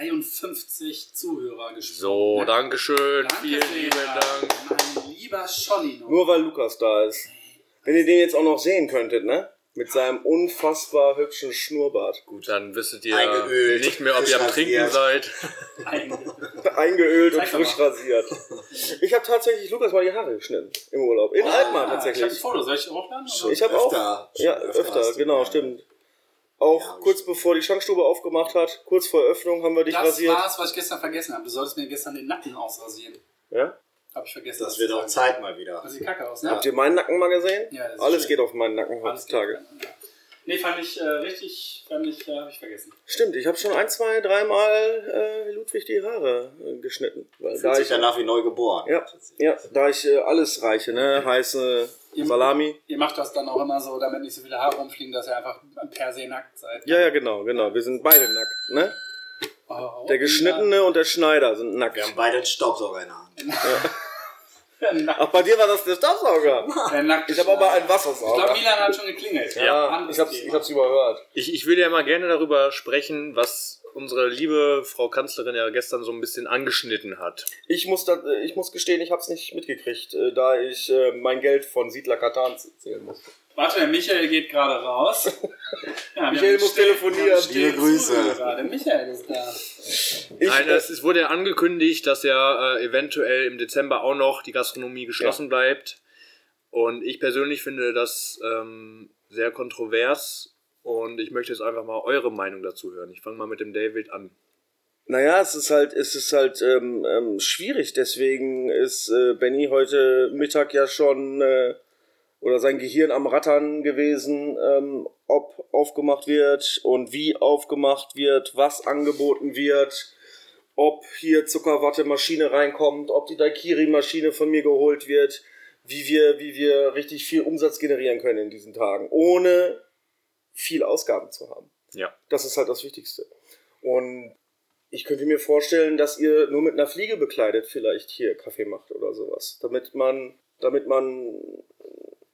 Speaker 3: 553 Zuhörer gesprungen.
Speaker 2: So,
Speaker 3: Ne?
Speaker 2: Dankeschön.
Speaker 3: Danke
Speaker 2: Vielen
Speaker 3: sehr.
Speaker 2: lieben Dank.
Speaker 3: Mein lieber Scholli noch.
Speaker 1: Nur weil Lukas da ist. Wenn ihr den jetzt auch noch sehen könntet, ne? Mit seinem unfassbar hübschen Schnurrbart.
Speaker 2: Gut, dann wisstet ihr
Speaker 4: Eingeölt,
Speaker 2: nicht mehr, ob ihr am Trinken
Speaker 4: frisch
Speaker 2: seid.
Speaker 3: Ein-
Speaker 1: Eingeölt und
Speaker 3: Zeig doch
Speaker 1: frisch
Speaker 3: mal.
Speaker 1: rasiert. Ich habe tatsächlich Lukas mal die Haare geschnitten im Urlaub. In Alkmaar
Speaker 3: Ah, Ich hab ein
Speaker 1: tatsächlich.
Speaker 3: Foto, soll ich hochladen?
Speaker 4: Schon
Speaker 1: Ich habe auch.
Speaker 4: öfter- schon
Speaker 1: Ja,
Speaker 4: öfter
Speaker 1: öfter,
Speaker 4: hast du
Speaker 1: genau,
Speaker 4: mir-
Speaker 1: stimmt. Auch
Speaker 4: Ja, hab ich
Speaker 1: kurz
Speaker 4: schon.
Speaker 1: bevor die Schankstube aufgemacht hat, kurz vor Öffnung haben wir dich
Speaker 3: Das
Speaker 1: rasiert.
Speaker 3: war's, was ich gestern vergessen habe. Du solltest mir gestern den Nacken ausrasieren.
Speaker 1: Ja?
Speaker 3: Hab ich vergessen.
Speaker 4: Das wird auch
Speaker 3: Zeit.
Speaker 4: Zeit mal wieder.
Speaker 3: Das sieht kacke aus, ne?
Speaker 1: Habt ihr meinen Nacken mal gesehen?
Speaker 3: Ja, das ist
Speaker 1: Alles
Speaker 3: schön.
Speaker 1: geht auf meinen Nacken
Speaker 3: Alles klar.
Speaker 1: heutzutage.
Speaker 3: Äh, Nee, fand ich äh, richtig, fand ich, äh, hab ich vergessen.
Speaker 1: Stimmt, ich habe schon ein, zwei, dreimal äh, Ludwig die Haare äh, geschnitten. Weil
Speaker 4: Fühlt sich danach wie neu geboren.
Speaker 1: Ja, ja, da ich äh, alles reiche, ne? Heiße
Speaker 3: Im-
Speaker 1: Salami.
Speaker 3: Ihr macht das dann auch immer so, damit nicht so viele Haare rumfliegen, dass ihr einfach per se nackt seid.
Speaker 1: Ja, ja, genau, genau. Wir sind beide nackt, ne?
Speaker 3: Oh,
Speaker 1: Der Geschnittene und der Schneider sind
Speaker 4: Wir haben
Speaker 1: nackt.
Speaker 4: beide einen Staubsauger in der Hand.
Speaker 3: Der, der,
Speaker 1: Ach, bei dir war das der Staubsauger.
Speaker 3: der nackte
Speaker 1: Ich habe aber
Speaker 3: Schneider.
Speaker 1: einen
Speaker 3: Ich glaube,
Speaker 1: Wassersauger.
Speaker 3: Milan hat schon geklingelt.
Speaker 1: Ja,
Speaker 3: Anderes
Speaker 1: ich hab's,
Speaker 3: Thema.
Speaker 1: ich hab's überhört.
Speaker 2: Ich, ich würde ja mal gerne darüber sprechen, was unsere liebe Frau Kanzlerin ja gestern so ein bisschen angeschnitten hat.
Speaker 1: Ich muss, da, ich muss gestehen, ich hab's nicht mitgekriegt, äh, da ich äh, mein Geld von Siedler Katan zählen muss.
Speaker 3: Warte, der Michael geht gerade raus. Ja, wir
Speaker 1: Michael
Speaker 3: haben
Speaker 1: muss
Speaker 3: still-
Speaker 1: telefonieren.
Speaker 3: wir haben still
Speaker 4: Liebe Grüße.
Speaker 3: Zuhörer Gerade. Michael ist da.
Speaker 1: Ich,
Speaker 2: Nein,
Speaker 1: äh,
Speaker 2: es, es wurde ja angekündigt, dass ja äh, eventuell im Dezember auch noch die Gastronomie geschlossen bleibt. Und ich persönlich finde das ähm, sehr kontrovers. Und ich möchte jetzt einfach mal eure Meinung dazu hören. Ich fange mal mit dem David an.
Speaker 1: Naja, es ist halt, es ist halt ähm, ähm, schwierig. Deswegen ist äh, Benny heute Mittag ja schon äh, oder sein Gehirn am Rattern gewesen, ähm, ob aufgemacht wird und wie aufgemacht wird, was angeboten wird, ob hier Zuckerwatte-Maschine reinkommt, ob die Daikiri-Maschine von mir geholt wird, wie wir, wie wir richtig viel Umsatz generieren können in diesen Tagen, ohne viel Ausgaben zu haben.
Speaker 2: Ja.
Speaker 1: Das ist halt das Wichtigste. Und ich könnte mir vorstellen, dass ihr nur mit einer Fliege bekleidet vielleicht hier Kaffee macht oder sowas. Damit man, damit man.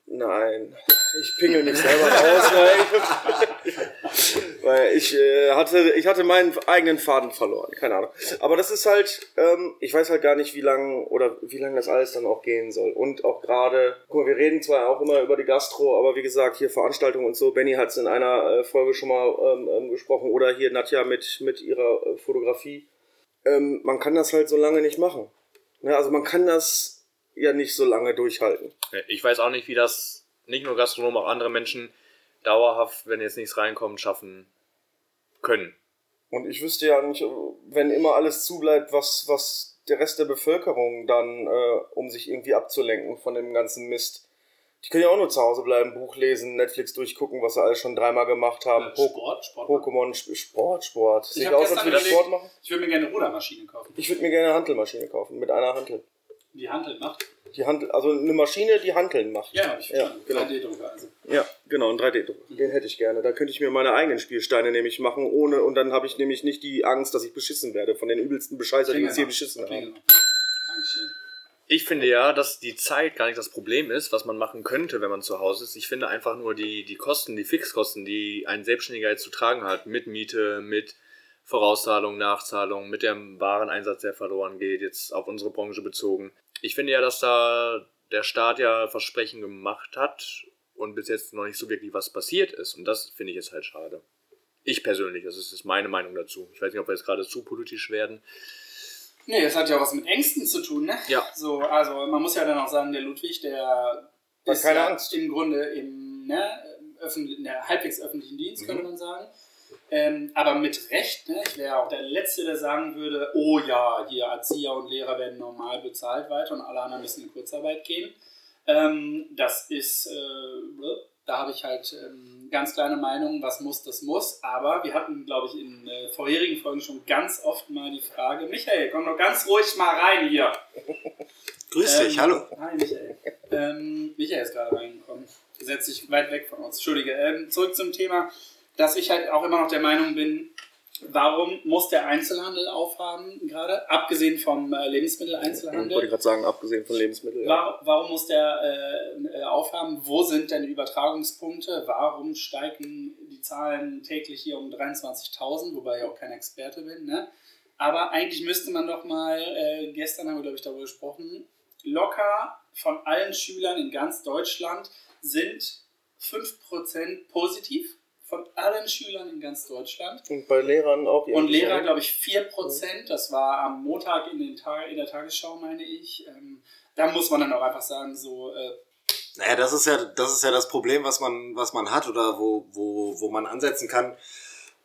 Speaker 1: Nein, ich pingel mich selber raus, weil ich, weil ich, äh, hatte, ich hatte meinen eigenen Faden verloren, keine Ahnung. Aber das ist halt, ähm, ich weiß halt gar nicht, wie lang oder wie lange das alles dann auch gehen soll. Und auch gerade, guck mal, wir reden zwar auch immer über die Gastro, aber wie gesagt, hier Veranstaltungen und so, Benny hat es in einer äh, Folge schon mal ähm, ähm, gesprochen oder hier Nadja mit, mit ihrer äh, Fotografie. Ähm, man kann das halt so lange nicht machen. Ne, also man kann das ja nicht so lange durchhalten.
Speaker 2: Äh, Ich weiß auch nicht, wie das nicht nur Gastronomen, auch andere Menschen dauerhaft, wenn jetzt nichts reinkommt, schaffen können.
Speaker 1: Und ich wüsste ja nicht, äh, wenn immer alles zubleibt, was, was der Rest der Bevölkerung dann, äh, um sich irgendwie abzulenken von dem ganzen Mist. Die können ja auch nur zu Hause bleiben, Buch lesen, Netflix durchgucken, was sie alles schon dreimal gemacht haben.
Speaker 3: Äh,
Speaker 1: Po-
Speaker 3: Sport, Sport.
Speaker 1: Pokémon, Sp- Sport, Sport.
Speaker 3: Ich
Speaker 1: Sieht
Speaker 3: hab
Speaker 1: aus, als
Speaker 3: gestern
Speaker 1: würde ich
Speaker 3: überlegt-
Speaker 1: Sport machen.
Speaker 3: Ich würde mir gerne eine Rudermaschine kaufen.
Speaker 1: Ich würde mir gerne eine Hantelmaschine kaufen, mit einer Hantel.
Speaker 3: Die Handel macht.
Speaker 1: Die Hantel, also eine Maschine, die Hanteln macht.
Speaker 3: Ja, hab ich
Speaker 1: Ja,
Speaker 3: verstanden.
Speaker 1: genau.
Speaker 3: 3D-Drucker also.
Speaker 1: Ja, genau, ein 3D-Druck. Den hätte ich gerne. Da könnte ich mir meine eigenen Spielsteine nämlich machen, ohne, und dann habe ich nämlich nicht die Angst, dass ich beschissen werde von den übelsten Bescheißern, die
Speaker 3: Klingel
Speaker 1: uns hier
Speaker 3: noch.
Speaker 1: beschissen haben.
Speaker 3: Klingel noch. Dankeschön.
Speaker 2: Ich finde ja, dass die Zeit gar nicht das Problem ist, was man machen könnte, wenn man zu Hause ist. Ich finde einfach nur die, die Kosten, die Fixkosten, die ein Selbstständiger jetzt zu tragen hat, mit Miete, mit Vorauszahlung, Nachzahlung, mit dem Wareneinsatz, der verloren geht, jetzt auf unsere Branche bezogen. Ich finde ja, dass da der Staat ja Versprechen gemacht hat und bis jetzt noch nicht so wirklich was passiert ist. Und das finde ich jetzt halt schade. Ich persönlich, das ist das ist meine Meinung dazu. Ich weiß nicht, ob wir jetzt gerade zu politisch werden.
Speaker 3: Nee, das hat ja auch was mit Ängsten zu tun, ne?
Speaker 2: Ja.
Speaker 3: So, also man muss ja dann auch sagen, der Ludwig, der
Speaker 1: Hat keine
Speaker 3: ja
Speaker 1: Angst.
Speaker 3: im Grunde im ne, öffentlich, ne, halbwegs öffentlichen Dienst, könnte
Speaker 1: Mhm.
Speaker 3: man sagen. Ähm, aber mit Recht, ne? ich wäre ja auch der Letzte, der sagen würde, oh ja, hier Erzieher und Lehrer werden normal bezahlt weiter und alle anderen müssen in Kurzarbeit gehen. Ähm, das ist, äh, da habe ich halt ähm, ganz kleine Meinung, was muss, das muss. Aber wir hatten, glaube ich, in äh, vorherigen Folgen schon ganz oft mal die Frage, Michael, komm doch ganz ruhig mal rein hier.
Speaker 4: Grüß dich,
Speaker 3: Ähm,
Speaker 4: hallo.
Speaker 3: Hi, Michael. Ähm, Michael ist gerade reingekommen. Setzt sich weit weg von uns. Entschuldige. Ähm, zurück zum Thema, dass ich halt auch immer noch der Meinung bin, warum muss der Einzelhandel aufhaben gerade, abgesehen vom
Speaker 1: Ich
Speaker 3: äh,
Speaker 1: wollte
Speaker 3: Lebensmitteleinzelhandel?
Speaker 1: gerade sagen, abgesehen von Lebensmitteln. Ja.
Speaker 3: Warum, warum muss der äh, äh, aufhaben? Wo sind denn die Übertragungspunkte? Warum steigen die Zahlen täglich hier um 23.000, wobei ich auch kein Experte bin? Ne? Aber eigentlich müsste man doch mal, äh, gestern haben wir, glaube ich, darüber gesprochen, locker von allen Schülern in ganz Deutschland sind 5% positiv von allen Schülern in ganz Deutschland.
Speaker 1: Und bei Lehrern auch.
Speaker 3: Und
Speaker 1: irgendwie,
Speaker 3: Lehrer,
Speaker 1: ne?
Speaker 3: glaube ich, 4%. Das war am Montag in, den Tag, in der Tagesschau, meine ich. Ähm, da muss man dann auch einfach sagen, so, äh,
Speaker 4: Naja, das ist ja, das ist ja das Problem, was man, was man hat oder wo, wo, wo man ansetzen kann.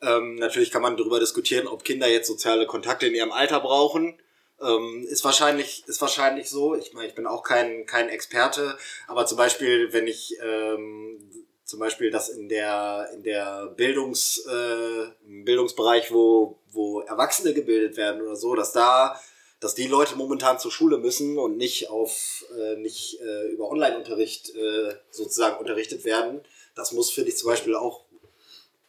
Speaker 4: Ähm, natürlich kann man darüber diskutieren, ob Kinder jetzt soziale Kontakte in ihrem Alter brauchen. Ähm, ist wahrscheinlich, ist wahrscheinlich so. Ich meine, ich bin auch kein, kein Experte, aber zum Beispiel, wenn ich ähm, zum Beispiel das in der, in der Bildungs, äh, im Bildungsbereich, wo, wo Erwachsene gebildet werden oder so, dass da dass die Leute momentan zur Schule müssen und nicht auf äh, nicht äh, über Online-Unterricht äh, sozusagen unterrichtet werden. Das muss, finde ich, zum Beispiel auch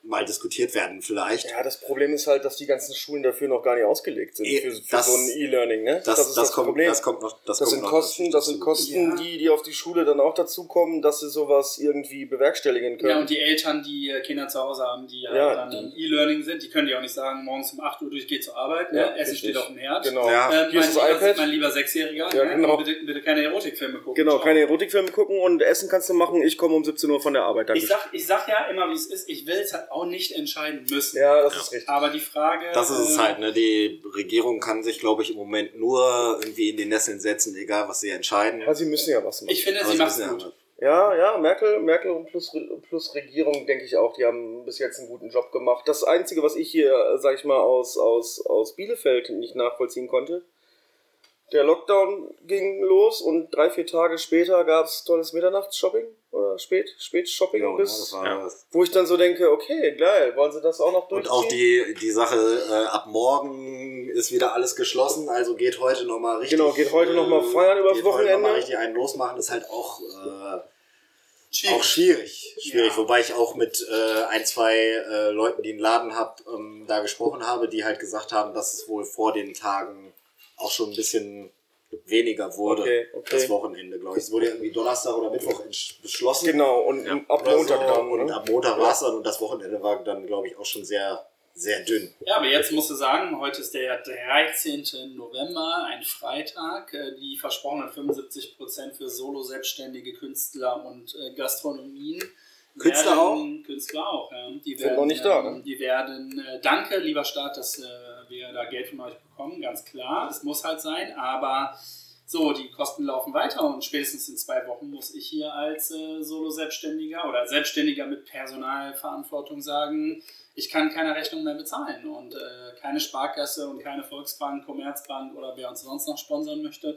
Speaker 4: mal diskutiert werden, vielleicht.
Speaker 1: Ja, das Problem ist halt, dass die ganzen Schulen dafür noch gar nicht ausgelegt sind.
Speaker 4: Eh,
Speaker 1: Für, für
Speaker 4: das-
Speaker 1: so ein E-Learning, ne?
Speaker 4: das, das, kommt, das kommt noch.
Speaker 1: Das
Speaker 4: Das, kommt
Speaker 1: sind
Speaker 4: noch
Speaker 1: Kosten, das sind
Speaker 4: dazu.
Speaker 1: Kosten,
Speaker 3: Ja.
Speaker 1: die, die auf die Schule dann auch dazu kommen, dass sie sowas irgendwie bewerkstelligen
Speaker 3: ja,
Speaker 1: können.
Speaker 3: und die Eltern, die äh, Kinder zu Hause haben, die halt
Speaker 1: Ja,
Speaker 3: dann
Speaker 1: die-
Speaker 3: im E-Learning sind, die können dir auch nicht sagen, morgens um 8 Uhr durch, geh zur Arbeit, ne?
Speaker 1: Ja,
Speaker 3: Essen
Speaker 1: richtig.
Speaker 3: steht auf dem Herd.
Speaker 1: genau.
Speaker 4: Ja.
Speaker 3: Ähm,
Speaker 1: Hier
Speaker 3: mein,
Speaker 1: ist das
Speaker 3: lieber,
Speaker 1: iPad.
Speaker 3: mein lieber Sechsjähriger,
Speaker 1: Ja,
Speaker 3: ne?
Speaker 1: genau.
Speaker 3: bitte, bitte keine Erotikfilme gucken.
Speaker 1: Genau,
Speaker 3: Ciao.
Speaker 1: keine Erotikfilme gucken und Essen kannst du machen. Ich komme um 17 Uhr von der Arbeit.
Speaker 3: ich
Speaker 1: Dankeschön.
Speaker 3: sag, ich sag ja immer, wie es ist, ich will es halt auch nicht entscheiden müssen.
Speaker 1: ja, das ist richtig.
Speaker 3: Aber die Frage.
Speaker 4: Das ist es
Speaker 3: ähm,
Speaker 4: halt, ne? Die Regierung kann sich, glaube ich, im Moment nur irgendwie in den Nesseln setzen, egal was sie entscheiden.
Speaker 1: Aber sie müssen ja was machen.
Speaker 3: Ich finde,
Speaker 4: Aber
Speaker 3: sie
Speaker 4: sie
Speaker 3: macht es
Speaker 4: müssen ja-
Speaker 3: gut.
Speaker 1: Ja, ja, Merkel, Merkel und plus, plus Regierung, denke ich auch, die haben bis jetzt einen guten Job gemacht. Das Einzige, was ich hier, äh, sag ich mal, aus, aus, aus Bielefeld nicht nachvollziehen konnte, der Lockdown ging los und drei, vier Tage später gab es tolles Mitternachts-Shopping oder spät, spät Shopping
Speaker 4: Ja,
Speaker 1: bis,
Speaker 4: das war
Speaker 2: ja.
Speaker 4: das.
Speaker 1: wo ich dann so denke, okay, geil, wollen sie das auch noch
Speaker 4: Und
Speaker 1: durchziehen?
Speaker 4: auch die, die Sache, äh, ab morgen ist wieder alles geschlossen, also geht heute nochmal richtig. äh,
Speaker 1: Genau, geht heute noch mal feiern übers
Speaker 4: geht heute noch mal
Speaker 1: Wochenende.
Speaker 4: richtig einen losmachen, ist halt auch, äh,
Speaker 3: Cheap.
Speaker 4: auch schwierig. Schwierig,
Speaker 3: Ja.
Speaker 4: wobei ich auch mit äh, ein, zwei äh, Leuten, die einen Laden hab, ähm, da gesprochen habe, die halt gesagt haben, dass es wohl vor den Tagen auch schon ein bisschen weniger wurde,
Speaker 1: Okay, okay.
Speaker 4: das Wochenende, glaube ich. Es wurde irgendwie Donnerstag oder Mittwoch entsch- beschlossen.
Speaker 1: Genau, und
Speaker 2: Ja.
Speaker 1: ab
Speaker 4: Oder
Speaker 1: Montag
Speaker 4: so.
Speaker 1: dann,
Speaker 4: Also
Speaker 1: ne?
Speaker 4: Und
Speaker 1: oder?
Speaker 4: ab Montag war es dann und das Wochenende war dann, glaube ich, auch schon sehr, sehr dünn.
Speaker 3: Ja, aber jetzt musst du sagen, heute ist der 13. November, ein Freitag. Äh, Die versprochenen 75% für Solo, Selbstständige, Künstler und äh, Gastronomien.
Speaker 4: Künstler
Speaker 3: werden, auch? Künstler auch, ja. Die
Speaker 1: Sind noch nicht da,
Speaker 3: ähm,
Speaker 1: ne?
Speaker 3: Die werden, äh, danke, lieber Staat, dass äh, wir da Geld von euch bekommen, ganz klar. Es muss halt sein, aber so, die Kosten laufen weiter und spätestens in zwei Wochen muss ich hier als äh, Solo-Selbstständiger oder Selbstständiger mit Personalverantwortung sagen, ich kann keine Rechnung mehr bezahlen und äh, keine Sparkasse und keine Volksbank, Commerzbank oder wer uns sonst noch sponsern möchte,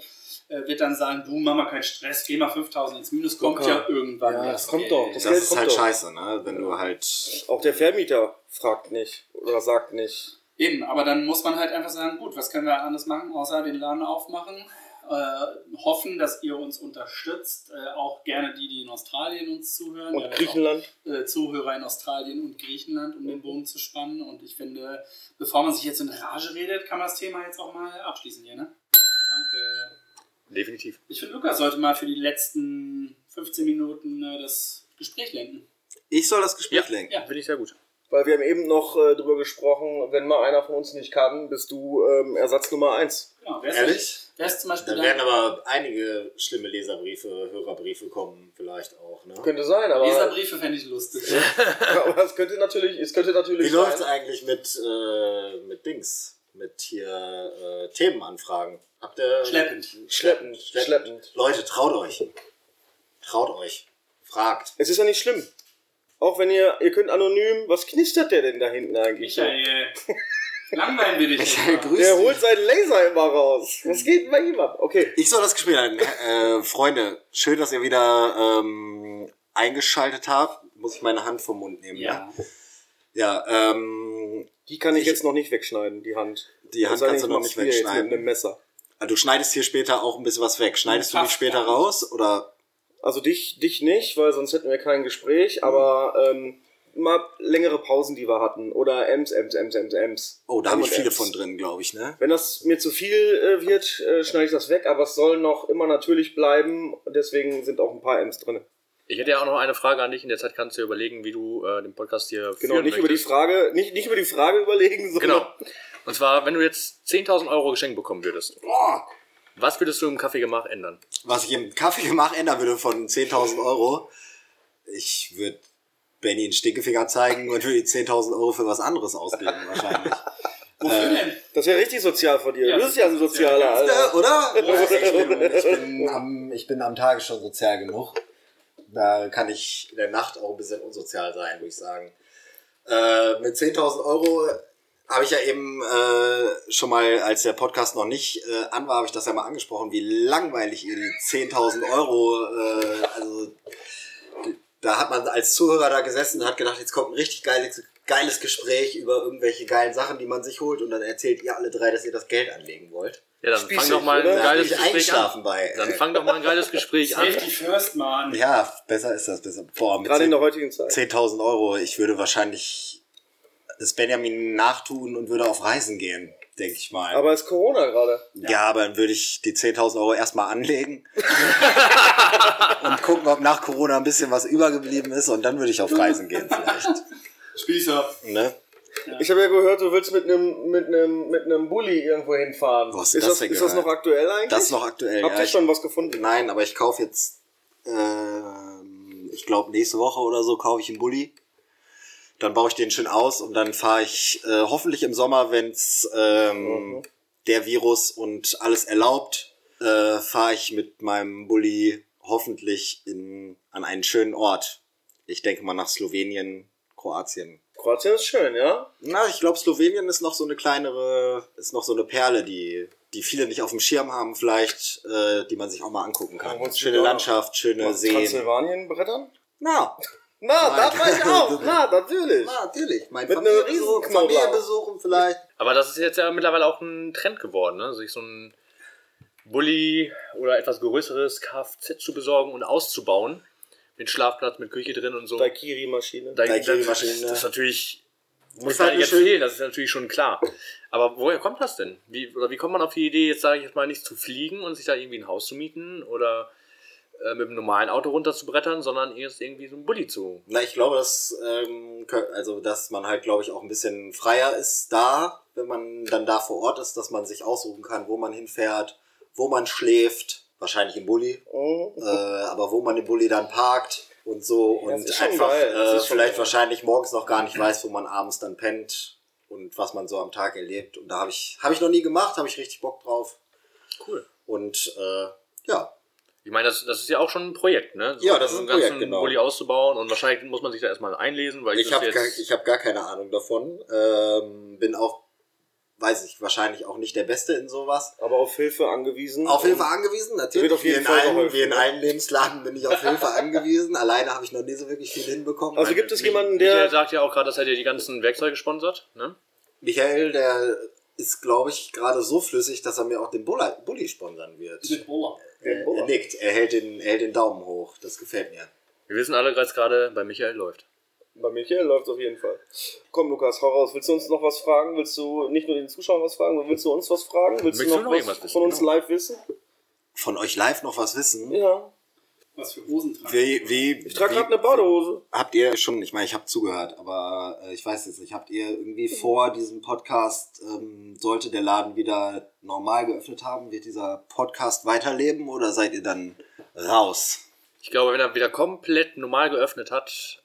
Speaker 3: äh, wird dann sagen, du Mama, kein Stress, geh mal 5000 ins Minus, kommt
Speaker 1: Locker.
Speaker 3: ja irgendwann.
Speaker 1: Ja,
Speaker 3: das
Speaker 1: das kommt
Speaker 3: Geld.
Speaker 1: doch. Das
Speaker 4: Das,
Speaker 1: Geld
Speaker 4: ist
Speaker 1: kommt
Speaker 4: halt
Speaker 1: doch.
Speaker 4: scheiße, ne? Wenn du halt.
Speaker 1: Auch der Vermieter fragt nicht oder sagt nicht.
Speaker 3: Eben, aber dann muss man halt einfach sagen, gut, was können wir anders machen, außer den Laden aufmachen, äh, hoffen, dass ihr uns unterstützt, äh, auch gerne die, die in Australien uns zuhören.
Speaker 1: Und
Speaker 3: Ja, das auch
Speaker 1: Griechenland?
Speaker 3: äh, Zuhörer in Australien und Griechenland, um den Bogen zu spannen. Und ich finde, bevor man sich jetzt in Rage redet, kann man das Thema jetzt auch mal abschließen hier, ne? Danke.
Speaker 2: Definitiv.
Speaker 3: Ich finde, Lukas sollte mal für die letzten 15 Minuten äh, das Gespräch lenken.
Speaker 4: Ich soll das Gespräch
Speaker 2: Ja.
Speaker 4: lenken.
Speaker 3: Ja.
Speaker 2: Finde ich sehr gut.
Speaker 1: Weil wir haben eben noch äh, drüber gesprochen, wenn mal einer von uns nicht kann, bist du ähm, Ersatz Nummer 1.
Speaker 3: Genau, wer ist,
Speaker 4: Ehrlich?
Speaker 3: Wer ist zum Beispiel
Speaker 4: Dann werden aber einige schlimme Leserbriefe, Hörerbriefe kommen, vielleicht auch, ne?
Speaker 1: Könnte sein, aber,
Speaker 3: Leserbriefe fände ich lustig.
Speaker 1: aber es könnte natürlich, es könnte natürlich
Speaker 4: Wie läuft's eigentlich mit, äh, mit Dings? Mit hier äh, Themenanfragen? Habt ihr.
Speaker 3: Schleppend.
Speaker 1: Schleppend, schleppend.
Speaker 4: Leute, traut euch. Traut euch. Fragt.
Speaker 1: Es ist ja nicht schlimm. Auch wenn ihr, ihr könnt anonym, was knistert der denn da hinten eigentlich?
Speaker 3: Michael, langweilen wir dich. jetzt mal.
Speaker 4: Michael, äh, grüß
Speaker 1: Der
Speaker 4: dich.
Speaker 1: holt seinen Laser immer raus. Was geht denn bei ihm ab? Okay.
Speaker 4: Ich soll das Gespräch leiten. Äh, Freunde, schön, dass ihr wieder ähm, eingeschaltet habt. Muss ich meine Hand vom Mund nehmen? ne?
Speaker 3: ja.
Speaker 4: Ja, ja ähm,
Speaker 1: Die kann ich,
Speaker 4: Ich-
Speaker 1: jetzt noch nicht wegschneiden, die Hand.
Speaker 4: die Hand
Speaker 1: sei denn,
Speaker 4: kannst du
Speaker 1: ich
Speaker 4: noch
Speaker 1: mach's
Speaker 4: nicht
Speaker 1: hier jetzt
Speaker 4: wegschneiden.
Speaker 1: Mit einem Messer.
Speaker 4: Also du schneidest hier später auch ein bisschen was weg. Schneidest du
Speaker 3: Fast
Speaker 4: dich später
Speaker 3: gar nicht.
Speaker 4: raus oder
Speaker 1: Also dich, dich nicht, weil sonst hätten wir kein
Speaker 4: Mhm.
Speaker 1: Gespräch, aber ähm, mal längere Pausen, die wir hatten. Oder Ems, Ems, Ems, Ems, Ems.
Speaker 4: Oh, da habe ich
Speaker 1: Und
Speaker 4: viele
Speaker 1: Ems.
Speaker 4: von drin, glaube ich, ne?
Speaker 1: Wenn das mir zu viel äh, wird, äh, schneide ich das weg, aber es soll noch immer natürlich bleiben. Deswegen sind auch ein paar Ems drin.
Speaker 2: Ich hätte ja auch noch eine Frage an dich. In der Zeit kannst du ja überlegen, wie du äh, den Podcast hier
Speaker 1: Genau, nicht über die
Speaker 2: möchtest.
Speaker 1: Frage, nicht, nicht über die Frage überlegen, sondern
Speaker 2: Genau. Und zwar, wenn du jetzt 10.000 Euro geschenkt bekommen würdest,
Speaker 4: Boah.
Speaker 2: was würdest du im Kaffeegemach ändern?
Speaker 4: Was ich im Kaffee mache, ändern würde von 10.000 Euro. Ich würde Benny einen Stinkefinger zeigen und würde die 10.000 Euro für was anderes ausgeben, wahrscheinlich. Äh,
Speaker 3: Wofür denn?
Speaker 1: Das wäre richtig sozial von dir.
Speaker 3: Ja,
Speaker 1: das ist ja ein
Speaker 3: das ist sozial.
Speaker 1: sozialer,
Speaker 4: Ja,
Speaker 1: Alter.
Speaker 4: oder? Ich bin, ich, bin am, ich bin am Tage schon sozial genug. Da kann ich in der Nacht auch ein bisschen unsozial sein, würde ich sagen. Äh, mit 10.000 Euro habe ich ja eben äh, schon mal, als der Podcast noch nicht äh, an war, habe ich das ja mal angesprochen, wie langweilig ihr die 10.000 Euro, äh, also da hat man als Zuhörer da gesessen und hat gedacht, jetzt kommt ein richtig geiles, geiles Gespräch über irgendwelche geilen Sachen, die man sich holt und dann erzählt ihr alle drei, dass ihr das Geld anlegen wollt.
Speaker 2: Ja, dann
Speaker 1: Spießig,
Speaker 2: fang doch mal ein
Speaker 1: oder?
Speaker 4: Da bin
Speaker 2: geiles
Speaker 4: ich
Speaker 2: Gespräch an.
Speaker 4: eingeschlafen bei. äh,
Speaker 2: Dann fang doch mal ein geiles Gespräch an.
Speaker 3: Safety first, Mann.
Speaker 4: Ja, besser ist das. Besser. Boah, mit
Speaker 1: Gerade in der
Speaker 4: 10
Speaker 1: heutigen Zeit.
Speaker 4: 10.000 Euro, ich würde wahrscheinlich das Benjamin nachtun und würde auf Reisen gehen, denke ich mal.
Speaker 1: Aber es ist Corona gerade.
Speaker 4: ja. aber dann würde ich die 10.000 Euro erstmal anlegen und gucken, ob nach Corona ein bisschen was übergeblieben ist und dann würde ich auf Reisen gehen vielleicht.
Speaker 3: Spießer.
Speaker 4: Ne?
Speaker 1: Ich habe ja gehört, du willst mit einem mit einem mit einem Bulli irgendwo hinfahren.
Speaker 4: Wo hast du
Speaker 1: ist
Speaker 4: das
Speaker 1: das,
Speaker 4: denn
Speaker 1: ist das noch
Speaker 4: gehört?
Speaker 1: aktuell eigentlich?
Speaker 4: Das ist noch aktuell.
Speaker 1: Habt
Speaker 4: ja.
Speaker 1: ihr
Speaker 4: Ich-
Speaker 1: schon was gefunden?
Speaker 4: Nein, aber ich kaufe jetzt, ähm, ich glaube nächste Woche oder so kaufe ich einen Bulli. Dann baue ich den schön aus und dann fahre ich äh, hoffentlich im Sommer, wenn's ähm, der Virus und alles erlaubt, äh, fahre ich mit meinem Bulli hoffentlich in, an einen schönen Ort. Ich denke mal nach Slowenien, Kroatien.
Speaker 1: Kroatien ist schön, ja?
Speaker 4: Na, ich glaube Slowenien ist noch so eine kleinere, ist noch so eine Perle, die, die viele nicht auf dem Schirm haben, vielleicht, äh, die man sich auch mal angucken kann.
Speaker 1: Ja, wolltest du
Speaker 4: schöne
Speaker 1: da-
Speaker 4: Landschaft, schöne Seen.
Speaker 1: Transsilvanien brettern?
Speaker 4: Na,
Speaker 1: Na,
Speaker 4: Nein.
Speaker 1: das weiß ich auch. Na, natürlich.
Speaker 4: na, natürlich. Mein
Speaker 1: Mit einem
Speaker 4: Familienbesuch,
Speaker 1: Riesenknoblauch.
Speaker 4: Familienbesuchen vielleicht.
Speaker 2: Aber das ist jetzt ja mittlerweile auch ein Trend geworden, ne? sich so ein Bulli oder etwas größeres Kfz zu besorgen und auszubauen. Mit Schlafplatz, mit Küche drin und so.
Speaker 1: Daikiri-Maschine.
Speaker 2: Da, das, das
Speaker 4: Daikiri-Maschine.
Speaker 2: ist natürlich, muss
Speaker 4: Ist
Speaker 2: man
Speaker 4: halt
Speaker 2: nicht
Speaker 4: eine schöne-
Speaker 2: erzählen, das ist natürlich schon klar. Aber woher kommt das denn? Wie, oder wie kommt man auf die Idee, jetzt sage ich jetzt mal nicht zu fliegen und sich da irgendwie ein Haus zu mieten oder äh, mit einem normalen Auto runterzubrettern, sondern erst irgendwie so ein Bulli zu.
Speaker 4: Na, ich glaube, dass, ähm, kö- also, dass man halt, glaube ich, auch ein bisschen freier ist da, wenn man dann da vor Ort ist, dass man sich aussuchen kann, wo man hinfährt, wo man schläft, wahrscheinlich im Bulli,
Speaker 1: Oh.
Speaker 4: äh, aber wo man den Bulli dann parkt und so
Speaker 1: Ja, das
Speaker 4: und
Speaker 1: ist schon
Speaker 4: einfach
Speaker 1: geil. Das
Speaker 4: äh,
Speaker 1: ist schon
Speaker 4: vielleicht
Speaker 1: geil.
Speaker 4: wahrscheinlich morgens noch gar nicht weiß, wo man abends dann pennt und was man so am Tag erlebt. Und da habe ich, habe ich noch nie gemacht, habe ich richtig Bock drauf.
Speaker 2: Cool.
Speaker 4: Und äh, ja,
Speaker 2: Ich meine, das, das ist ja auch schon ein Projekt, ne?
Speaker 4: Ja, das
Speaker 2: so
Speaker 4: ist
Speaker 2: einen
Speaker 4: ein
Speaker 2: ganzen
Speaker 4: Projekt, genau.
Speaker 2: Bulli auszubauen und wahrscheinlich muss man sich da erstmal einlesen, weil
Speaker 4: Ich
Speaker 2: das
Speaker 4: habe gar, ich hab gar keine Ahnung davon. Ähm, bin auch, weiß ich, wahrscheinlich auch nicht der Beste in sowas.
Speaker 1: Aber auf Hilfe angewiesen.
Speaker 4: Auf Hilfe
Speaker 1: angewiesen.
Speaker 4: angewiesen,
Speaker 1: Wird
Speaker 4: natürlich.
Speaker 1: auf jeden
Speaker 4: wie,
Speaker 1: Fall
Speaker 4: in allen,
Speaker 1: geholfen,
Speaker 4: wie in
Speaker 1: ne?
Speaker 4: allen Lebenslagen bin ich auf Hilfe angewiesen. Alleine habe ich noch nie so wirklich viel hinbekommen.
Speaker 1: Also gibt es jemanden,
Speaker 2: der Michael
Speaker 1: der.
Speaker 2: sagt ja auch gerade, dass er dir die ganzen Werkzeuge sponsert, ne?
Speaker 4: Michael, der ist, glaube ich, gerade so flüssig, dass er mir auch den Bulla- Bulli sponsern wird.
Speaker 3: Mit Bola.
Speaker 4: er,
Speaker 1: Bulli.
Speaker 4: er nickt, er hält, den, er hält den Daumen hoch. Das gefällt mir.
Speaker 2: Wir wissen alle, dass gerade bei Michael läuft.
Speaker 1: Bei Michael läuft auf jeden Fall. Komm, Lukas, hau raus. Willst du uns noch was fragen? Willst du nicht nur den Zuschauern was fragen, sondern willst du uns was fragen? Willst
Speaker 2: Willst
Speaker 1: du noch, was
Speaker 2: wissen?
Speaker 1: von uns
Speaker 2: Genau.
Speaker 1: live wissen?
Speaker 4: Von euch live noch was wissen?
Speaker 1: Ja.
Speaker 3: Was für Hosen tragen.
Speaker 4: Wie, wie,
Speaker 1: Ich trage
Speaker 4: wie-
Speaker 1: gerade eine Badehose.
Speaker 4: Habt ihr schon, ich meine, ich habe zugehört, aber äh, ich weiß jetzt nicht, habt ihr irgendwie vor diesem Podcast, ähm, sollte der Laden wieder normal geöffnet haben, wird dieser Podcast weiterleben oder seid ihr dann raus?
Speaker 2: Ich glaube, wenn er wieder komplett normal geöffnet hat,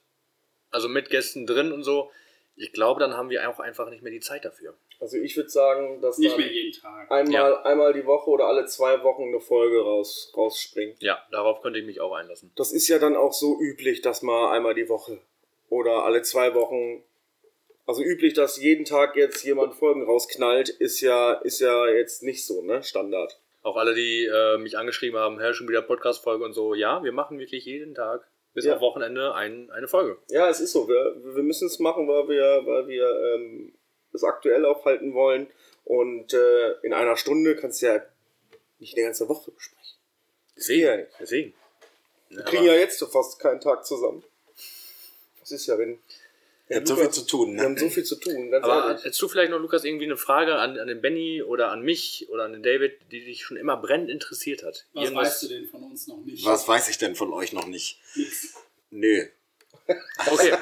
Speaker 2: also mit Gästen drin und so, ich glaube, dann haben wir auch einfach nicht mehr die Zeit dafür.
Speaker 1: Also ich würde sagen, dass
Speaker 3: Nicht
Speaker 1: dann
Speaker 3: mehr jeden Tag.
Speaker 1: einmal, einmal die Woche oder alle zwei Wochen eine Folge raus, rausspringt.
Speaker 2: Ja, darauf könnte ich mich auch einlassen.
Speaker 1: Das ist ja dann auch so üblich, dass mal einmal die Woche oder alle zwei Wochen. Also üblich, dass jeden Tag jetzt jemand Folgen rausknallt, ist ja, ist ja jetzt nicht so, ne? Standard.
Speaker 2: Auch alle, die äh, mich angeschrieben haben, Herr, schon wieder Podcast-Folge und so. Ja, wir machen wirklich jeden Tag bis
Speaker 1: Ja.
Speaker 2: auf Wochenende ein, eine Folge.
Speaker 1: Ja, es ist so. Wir, wir müssen es machen, weil wir, weil wir ähm, es aktuell aufhalten wollen. Und äh, in einer Stunde kannst du ja nicht eine ganze Woche besprechen.
Speaker 2: Deswegen. Deswegen.
Speaker 1: Wir kriegen ja jetzt so fast keinen Tag zusammen. Das ist ja, wenn.
Speaker 4: Ihr habt so viel zu tun,
Speaker 1: Wir haben
Speaker 4: ne?
Speaker 1: so viel zu tun, ganz
Speaker 2: Aber
Speaker 1: ehrlich.
Speaker 2: Ah, hättest du vielleicht noch, Lukas, irgendwie eine Frage an, an den Benny oder an mich oder an den David, die dich schon immer brennend interessiert hat?
Speaker 3: Was
Speaker 2: Irgendwas-
Speaker 3: weißt du denn von uns noch nicht?
Speaker 4: Was weiß ich denn von euch noch nicht?
Speaker 3: Nix.
Speaker 4: Nö.
Speaker 2: Okay,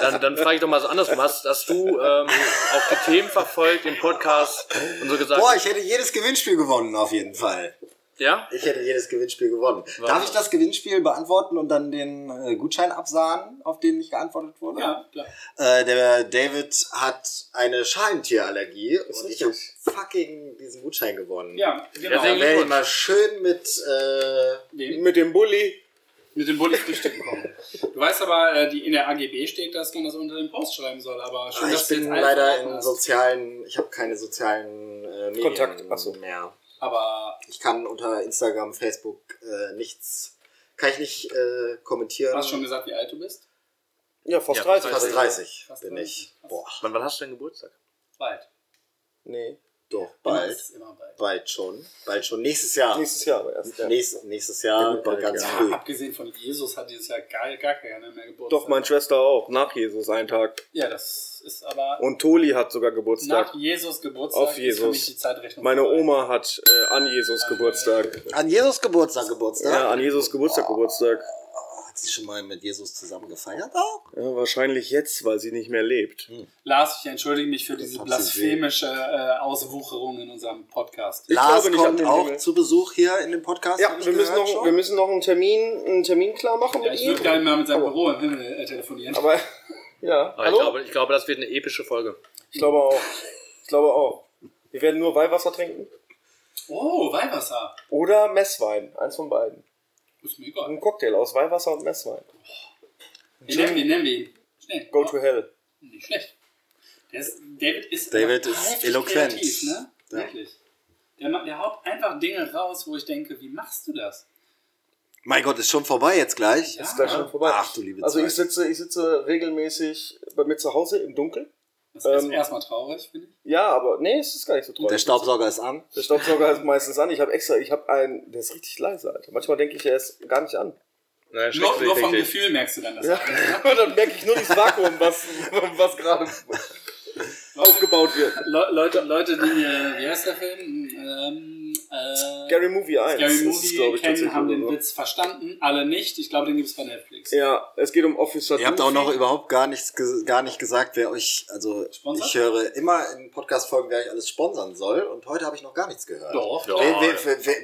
Speaker 2: dann, dann frage ich doch mal so andersrum. Hast, hast du ähm, auch die Themen verfolgt im Podcast und so gesagt?
Speaker 4: Boah, ich hätte jedes Gewinnspiel gewonnen, auf jeden Fall.
Speaker 2: ja?
Speaker 4: Ich hätte jedes Gewinnspiel gewonnen. Darf ich das Gewinnspiel beantworten und dann den äh, Gutschein absahen, auf den nicht geantwortet wurde?
Speaker 3: Ja, klar.
Speaker 4: Äh, der David hat eine Schalentierallergie und ich habe
Speaker 1: richtig.
Speaker 4: fucking diesen Gutschein gewonnen.
Speaker 3: Ja, genau.
Speaker 2: Deswegen-
Speaker 4: Dann werde ich mal schön mit. Äh,
Speaker 3: Wem?
Speaker 1: Mit dem Bulli.
Speaker 3: Mit dem Bulli frühstücken kommen. Du weißt aber, äh, die, in der AGB steht, dass man das unter den Post schreiben soll, aber schön,
Speaker 4: Ah, ich
Speaker 3: dass du
Speaker 4: bin
Speaker 3: jetzt alle
Speaker 4: leider
Speaker 3: verraten
Speaker 4: in
Speaker 3: hast.
Speaker 4: sozialen. Ich habe keine sozialen äh, Medien
Speaker 1: Kontakt, ach so.
Speaker 4: mehr.
Speaker 3: Aber
Speaker 4: Ich kann unter Instagram, Facebook äh, nichts. Kann ich nicht äh, kommentieren.
Speaker 3: du hast schon gesagt, wie alt du bist?
Speaker 1: Ja, fast
Speaker 2: Ja,
Speaker 1: 30.
Speaker 4: Fast 30
Speaker 3: Fast
Speaker 4: bin
Speaker 3: 30.
Speaker 4: ich. Boah,
Speaker 2: Wann, wann hast du denn Geburtstag?
Speaker 3: Bald.
Speaker 1: Nee.
Speaker 4: doch,
Speaker 3: Immer
Speaker 4: bald.
Speaker 3: ist Immer bald.
Speaker 4: Bald schon. Bald schon. Nächstes Jahr.
Speaker 1: Nächstes Jahr aber erst. Ja.
Speaker 4: Nächst, nächstes Jahr, äh,
Speaker 1: Ja, gut, bald,
Speaker 4: ganz
Speaker 1: ja.
Speaker 4: früh.
Speaker 3: Abgesehen von Jesus hat dieses Jahr gar, gar keiner mehr Geburtstag.
Speaker 1: Doch, meine Schwester auch. Nach Jesus einen Tag.
Speaker 3: Ja, das ist aber
Speaker 1: Und Toli hat sogar Geburtstag.
Speaker 3: nach Jesus Geburtstag
Speaker 1: Auf
Speaker 3: ist für
Speaker 1: Jesus.
Speaker 3: mich die Zeitrechnung.
Speaker 1: Meine
Speaker 3: vorbei.
Speaker 1: Oma hat äh, an Jesus Geburtstag.
Speaker 4: An Jesus Geburtstag, Geburtstag.
Speaker 1: Ja, an Jesus Geburtstag, Geburtstag.
Speaker 4: Hat sie schon mal mit Jesus zusammen gefeiert auch?
Speaker 1: Ja, wahrscheinlich jetzt, weil sie nicht mehr lebt.
Speaker 3: Lars, ich entschuldige mich für diese
Speaker 4: Hab's
Speaker 3: blasphemische äh, Auswucherung in unserem Podcast.
Speaker 1: Ich
Speaker 4: Lars
Speaker 1: glaube nicht an
Speaker 4: kommt
Speaker 1: den
Speaker 4: auch
Speaker 1: Himmel.
Speaker 4: zu Besuch hier in dem Podcast.
Speaker 1: Ja,
Speaker 4: hab ich
Speaker 1: wir müssen,
Speaker 4: gehört
Speaker 1: noch,
Speaker 4: schon.
Speaker 1: wir müssen noch einen Termin, einen Termin klar machen
Speaker 3: Ja,
Speaker 1: mit
Speaker 3: ich
Speaker 1: ihm.
Speaker 3: würde gerne mal mit seinem Büro im Himmel äh, telefonieren.
Speaker 1: Aber, ja.
Speaker 2: Aber
Speaker 1: Hallo?
Speaker 2: ich glaube, ich glaube, das wird eine epische Folge.
Speaker 1: ich glaube auch. Ich glaube auch. Wir werden nur Weihwasser trinken.
Speaker 3: Oh, Weihwasser.
Speaker 1: Oder Messwein. Eins von beiden.
Speaker 3: Ist mir egal.
Speaker 1: Ein Cocktail aus Weihwasser und Messwein.
Speaker 3: Wir nennen ihn, nennen wir ihn. Schnell.
Speaker 1: Go to hell.
Speaker 3: Nicht schlecht. Der ist, David ist
Speaker 4: David
Speaker 3: aber
Speaker 4: ist
Speaker 3: heftig
Speaker 4: eloquent.
Speaker 3: Kreativ, ne?
Speaker 4: Ja.
Speaker 3: Wirklich. Der, ma- der haut einfach Dinge raus, wo ich denke, wie machst du das?
Speaker 4: Mein Gott, ist schon vorbei jetzt gleich.
Speaker 3: Ja.
Speaker 1: Ist gleich schon vorbei.
Speaker 4: Ach du liebe
Speaker 1: also
Speaker 4: Zeit.
Speaker 1: ich sitze, ich sitze regelmäßig bei mir zu Hause im Dunkeln.
Speaker 3: Das ist
Speaker 1: Ähm.
Speaker 3: erstmal traurig, finde ich.
Speaker 1: Ja, aber nee, es ist gar nicht so traurig.
Speaker 4: Der Staubsauger ist an.
Speaker 1: Der Staubsauger ist meistens an. Ich habe extra, ich habe einen, der ist richtig leise, Alter. Manchmal denke ich, er ist gar nicht an.
Speaker 2: Nein,
Speaker 3: Nur,
Speaker 2: schlecht,
Speaker 3: nur vom
Speaker 2: richtig.
Speaker 3: Gefühl merkst du dann das.
Speaker 1: Ja. Und dann merke ich nur dieses Vakuum, was, was gerade aufgebaut wird.
Speaker 3: Le Leute, Leute, die, äh, wie heißt der Film? Ähm, äh,
Speaker 1: Gary Movie 1.
Speaker 3: Scary
Speaker 1: ist es, glaub
Speaker 3: Movie kennen,
Speaker 1: tatsächlich,
Speaker 3: haben den
Speaker 1: oder so.
Speaker 3: Witz verstanden, alle nicht. Ich glaube, den gibt es bei Netflix.
Speaker 1: Ja, es geht um Office
Speaker 4: Ihr habt auch noch überhaupt gar nichts ge- gar nicht gesagt, wer euch, also
Speaker 3: Sponsor?
Speaker 4: ich höre immer in Podcast-Folgen, wer euch alles sponsern soll und heute habe ich noch gar nichts gehört.
Speaker 3: Doch,
Speaker 2: Ja.
Speaker 3: doch.
Speaker 4: Wer, wer, wer, wer,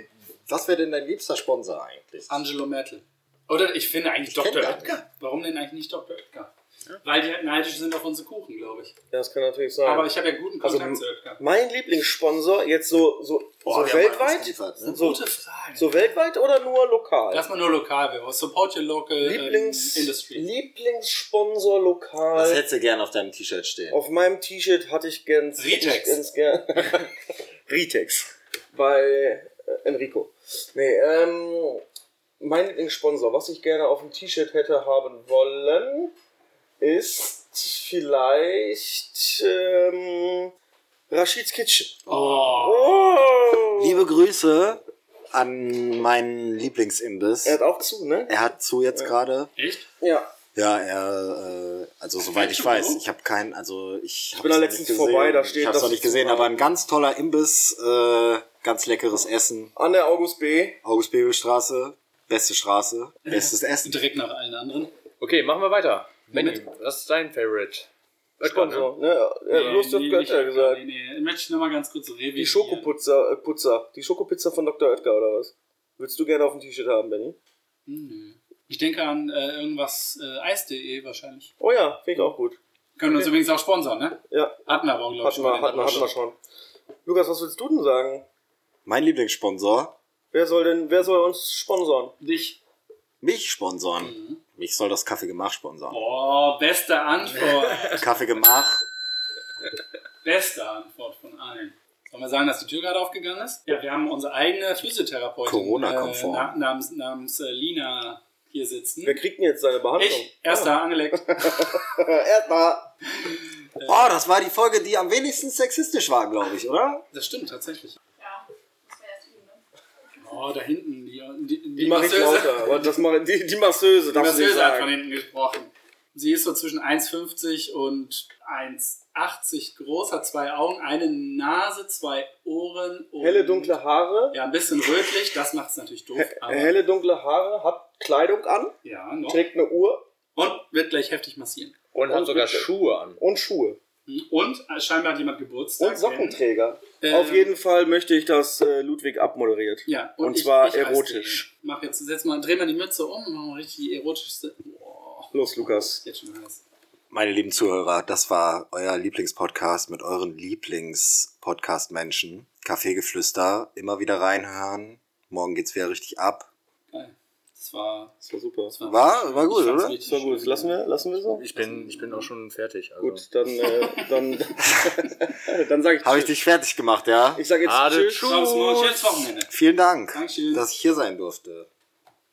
Speaker 4: was wäre denn dein liebster Sponsor eigentlich?
Speaker 3: Angelo Mertel. Oder ich finde eigentlich
Speaker 4: kenn
Speaker 3: Dr.
Speaker 4: gar nicht.
Speaker 3: Oetker. Warum denn eigentlich nicht Dr. Oetker? Weil die halt neidisch sind auf unsere Kuchen, glaube ich.
Speaker 1: Ja, das kann natürlich sein.
Speaker 3: Aber ich habe ja guten Kontakt
Speaker 1: Also,
Speaker 3: zu Oetker.
Speaker 1: mein Lieblingssponsor jetzt so, so, so
Speaker 4: Boah, wir haben alles
Speaker 1: weltweit?
Speaker 4: geliefert, ne?
Speaker 1: So,
Speaker 3: Gute Frage.
Speaker 1: so weltweit oder nur lokal?
Speaker 3: Lass mal nur lokal, wir support your local ähm,
Speaker 1: Lieblings,
Speaker 3: industry.
Speaker 1: Lieblingssponsor
Speaker 4: Was
Speaker 1: lokal.
Speaker 4: hättest du gern auf deinem T-Shirt stehen?
Speaker 1: Auf meinem T-Shirt hatte ich gern
Speaker 3: Ritex.
Speaker 1: hätte ich ganz gern. Ritex. Bei äh, Enrico. Nee, ähm, mein Lieblingssponsor, was ich gerne auf dem T-Shirt hätte haben wollen, ist vielleicht ähm, Rashids Kitchen.
Speaker 3: Oh,
Speaker 1: Oh!
Speaker 4: Liebe Grüße an meinen Lieblingsimbiss.
Speaker 1: Er hat auch zu, ne?
Speaker 4: Er hat zu jetzt gerade.
Speaker 3: echt?
Speaker 1: Ja.
Speaker 4: Ja, er, äh, also soweit ich weiß, ich habe keinen, also ich, ich
Speaker 1: bin da letztens vorbei, da steht,
Speaker 4: ich hab's
Speaker 1: dass
Speaker 4: noch nicht
Speaker 1: es-
Speaker 4: gesehen, aber ein ganz toller Imbiss, äh, ganz leckeres Essen.
Speaker 1: An der August B.
Speaker 4: August Bebelstraße, beste Straße, bestes Essen.
Speaker 3: Direkt nach allen anderen.
Speaker 2: Okay, machen wir weiter. Benny, was ist dein Favorite? Oetker, ne?
Speaker 1: Sponsor. Ne? Ja, Lust auf Götter
Speaker 3: nicht-
Speaker 1: gesagt.
Speaker 3: Nee, nee, möchte ich nochmal ganz kurz revidieren.
Speaker 1: Die Schokoputzer, äh, Putzer. Die Schokopizza von Dr. Oetker, oder was? Willst du gerne auf dem T-Shirt haben, Benny?
Speaker 3: Hm, nö. Ich denke an äh, irgendwas äh, eis.de wahrscheinlich.
Speaker 1: Oh ja, finde ich auch gut.
Speaker 3: Können wir uns übrigens auch sponsern, ne?
Speaker 1: Ja,
Speaker 3: Hatten wir aber, auch, glaube ich,
Speaker 1: hatten wir, hatten, wir, hatten wir schon. Lukas, was willst du denn sagen?
Speaker 4: Mein Lieblingssponsor,
Speaker 1: Wer soll denn, wer soll uns sponsoren?
Speaker 3: Dich.
Speaker 4: mich sponsoren. Mich soll das Kaffee Gemach sponsern.
Speaker 3: Boah, Oh, beste Antwort.
Speaker 4: Kaffee Gemach,
Speaker 3: beste Antwort von allen. Sollen wir sagen, dass die Tür gerade aufgegangen ist? Ja, wir haben unsere eigene Physiotherapeutin äh,
Speaker 4: Corona-konform.
Speaker 3: na, namens, namens äh, Lina hier sitzen.
Speaker 1: Wer kriegt denn jetzt seine Behandlung?
Speaker 3: ich, erster angeleckt.
Speaker 1: Äh, Erstmal.
Speaker 4: Oh, das war die Folge, die am wenigsten sexistisch war, glaube ich, oder?
Speaker 3: Das stimmt tatsächlich.
Speaker 5: Ja, das wäre es ihm. Ne?
Speaker 3: Oh, da hinten, die, die, die,
Speaker 1: Die mache ich
Speaker 3: Masseuse-
Speaker 1: lauter. Aber das mache die, die Masseuse,
Speaker 3: Die
Speaker 1: darfst du nicht
Speaker 3: Masseuse hat von
Speaker 1: sagen.
Speaker 3: hinten gesprochen. Sie ist so zwischen 1,50 und 1,80 groß, hat zwei Augen, eine Nase, zwei Ohren und.
Speaker 1: Helle, dunkle Haare.
Speaker 3: Ja, ein bisschen rötlich, das macht es natürlich doof. Aber
Speaker 1: Helle, dunkle Haare, hat Kleidung an,
Speaker 3: ja, noch.
Speaker 1: trägt eine Uhr
Speaker 3: Und wird gleich heftig massieren.
Speaker 2: Und hat
Speaker 1: Und
Speaker 2: sogar
Speaker 1: Oetker.
Speaker 2: Schuhe an.
Speaker 1: und Schuhe.
Speaker 3: Und äh, scheinbar hat jemand Geburtstag.
Speaker 1: Und Sockenträger.
Speaker 3: Ähm,
Speaker 1: Auf jeden Fall möchte ich, dass äh, Ludwig abmoderiert.
Speaker 3: Ja,
Speaker 1: Und zwar
Speaker 3: weiß
Speaker 1: erotisch.
Speaker 3: den. Mach jetzt, setz mal, dreh mal die Mütze um und mach mal richtig die erotischste. Boah,
Speaker 1: Los, Lukas.
Speaker 3: ist jetzt schon heiß.
Speaker 4: Meine lieben Zuhörer, das war euer Lieblingspodcast mit euren Lieblingspodcast-Menschen. Kaffeegeflüster, immer wieder reinhören. Morgen geht's wieder richtig ab.
Speaker 3: Geil. Das war.
Speaker 1: Das war super.
Speaker 3: Das war,
Speaker 4: War- war gut,
Speaker 3: ich fand's
Speaker 4: oder?
Speaker 3: richtig
Speaker 1: Das war gut.
Speaker 3: schön.
Speaker 1: Lassen wir, lassen wir so?
Speaker 2: Ich bin, ich bin auch schon fertig. Also.
Speaker 1: Gut, dann, äh, dann, dann sage ich
Speaker 4: Habe ich
Speaker 1: Tschüss.
Speaker 4: dich fertig gemacht, ja?
Speaker 1: Ich sage jetzt
Speaker 2: Ade,
Speaker 1: Tschüss.
Speaker 2: tschüss.
Speaker 3: Schönes Wochenende.
Speaker 4: Vielen Dank,
Speaker 3: Dankeschön.
Speaker 4: dass ich hier sein durfte.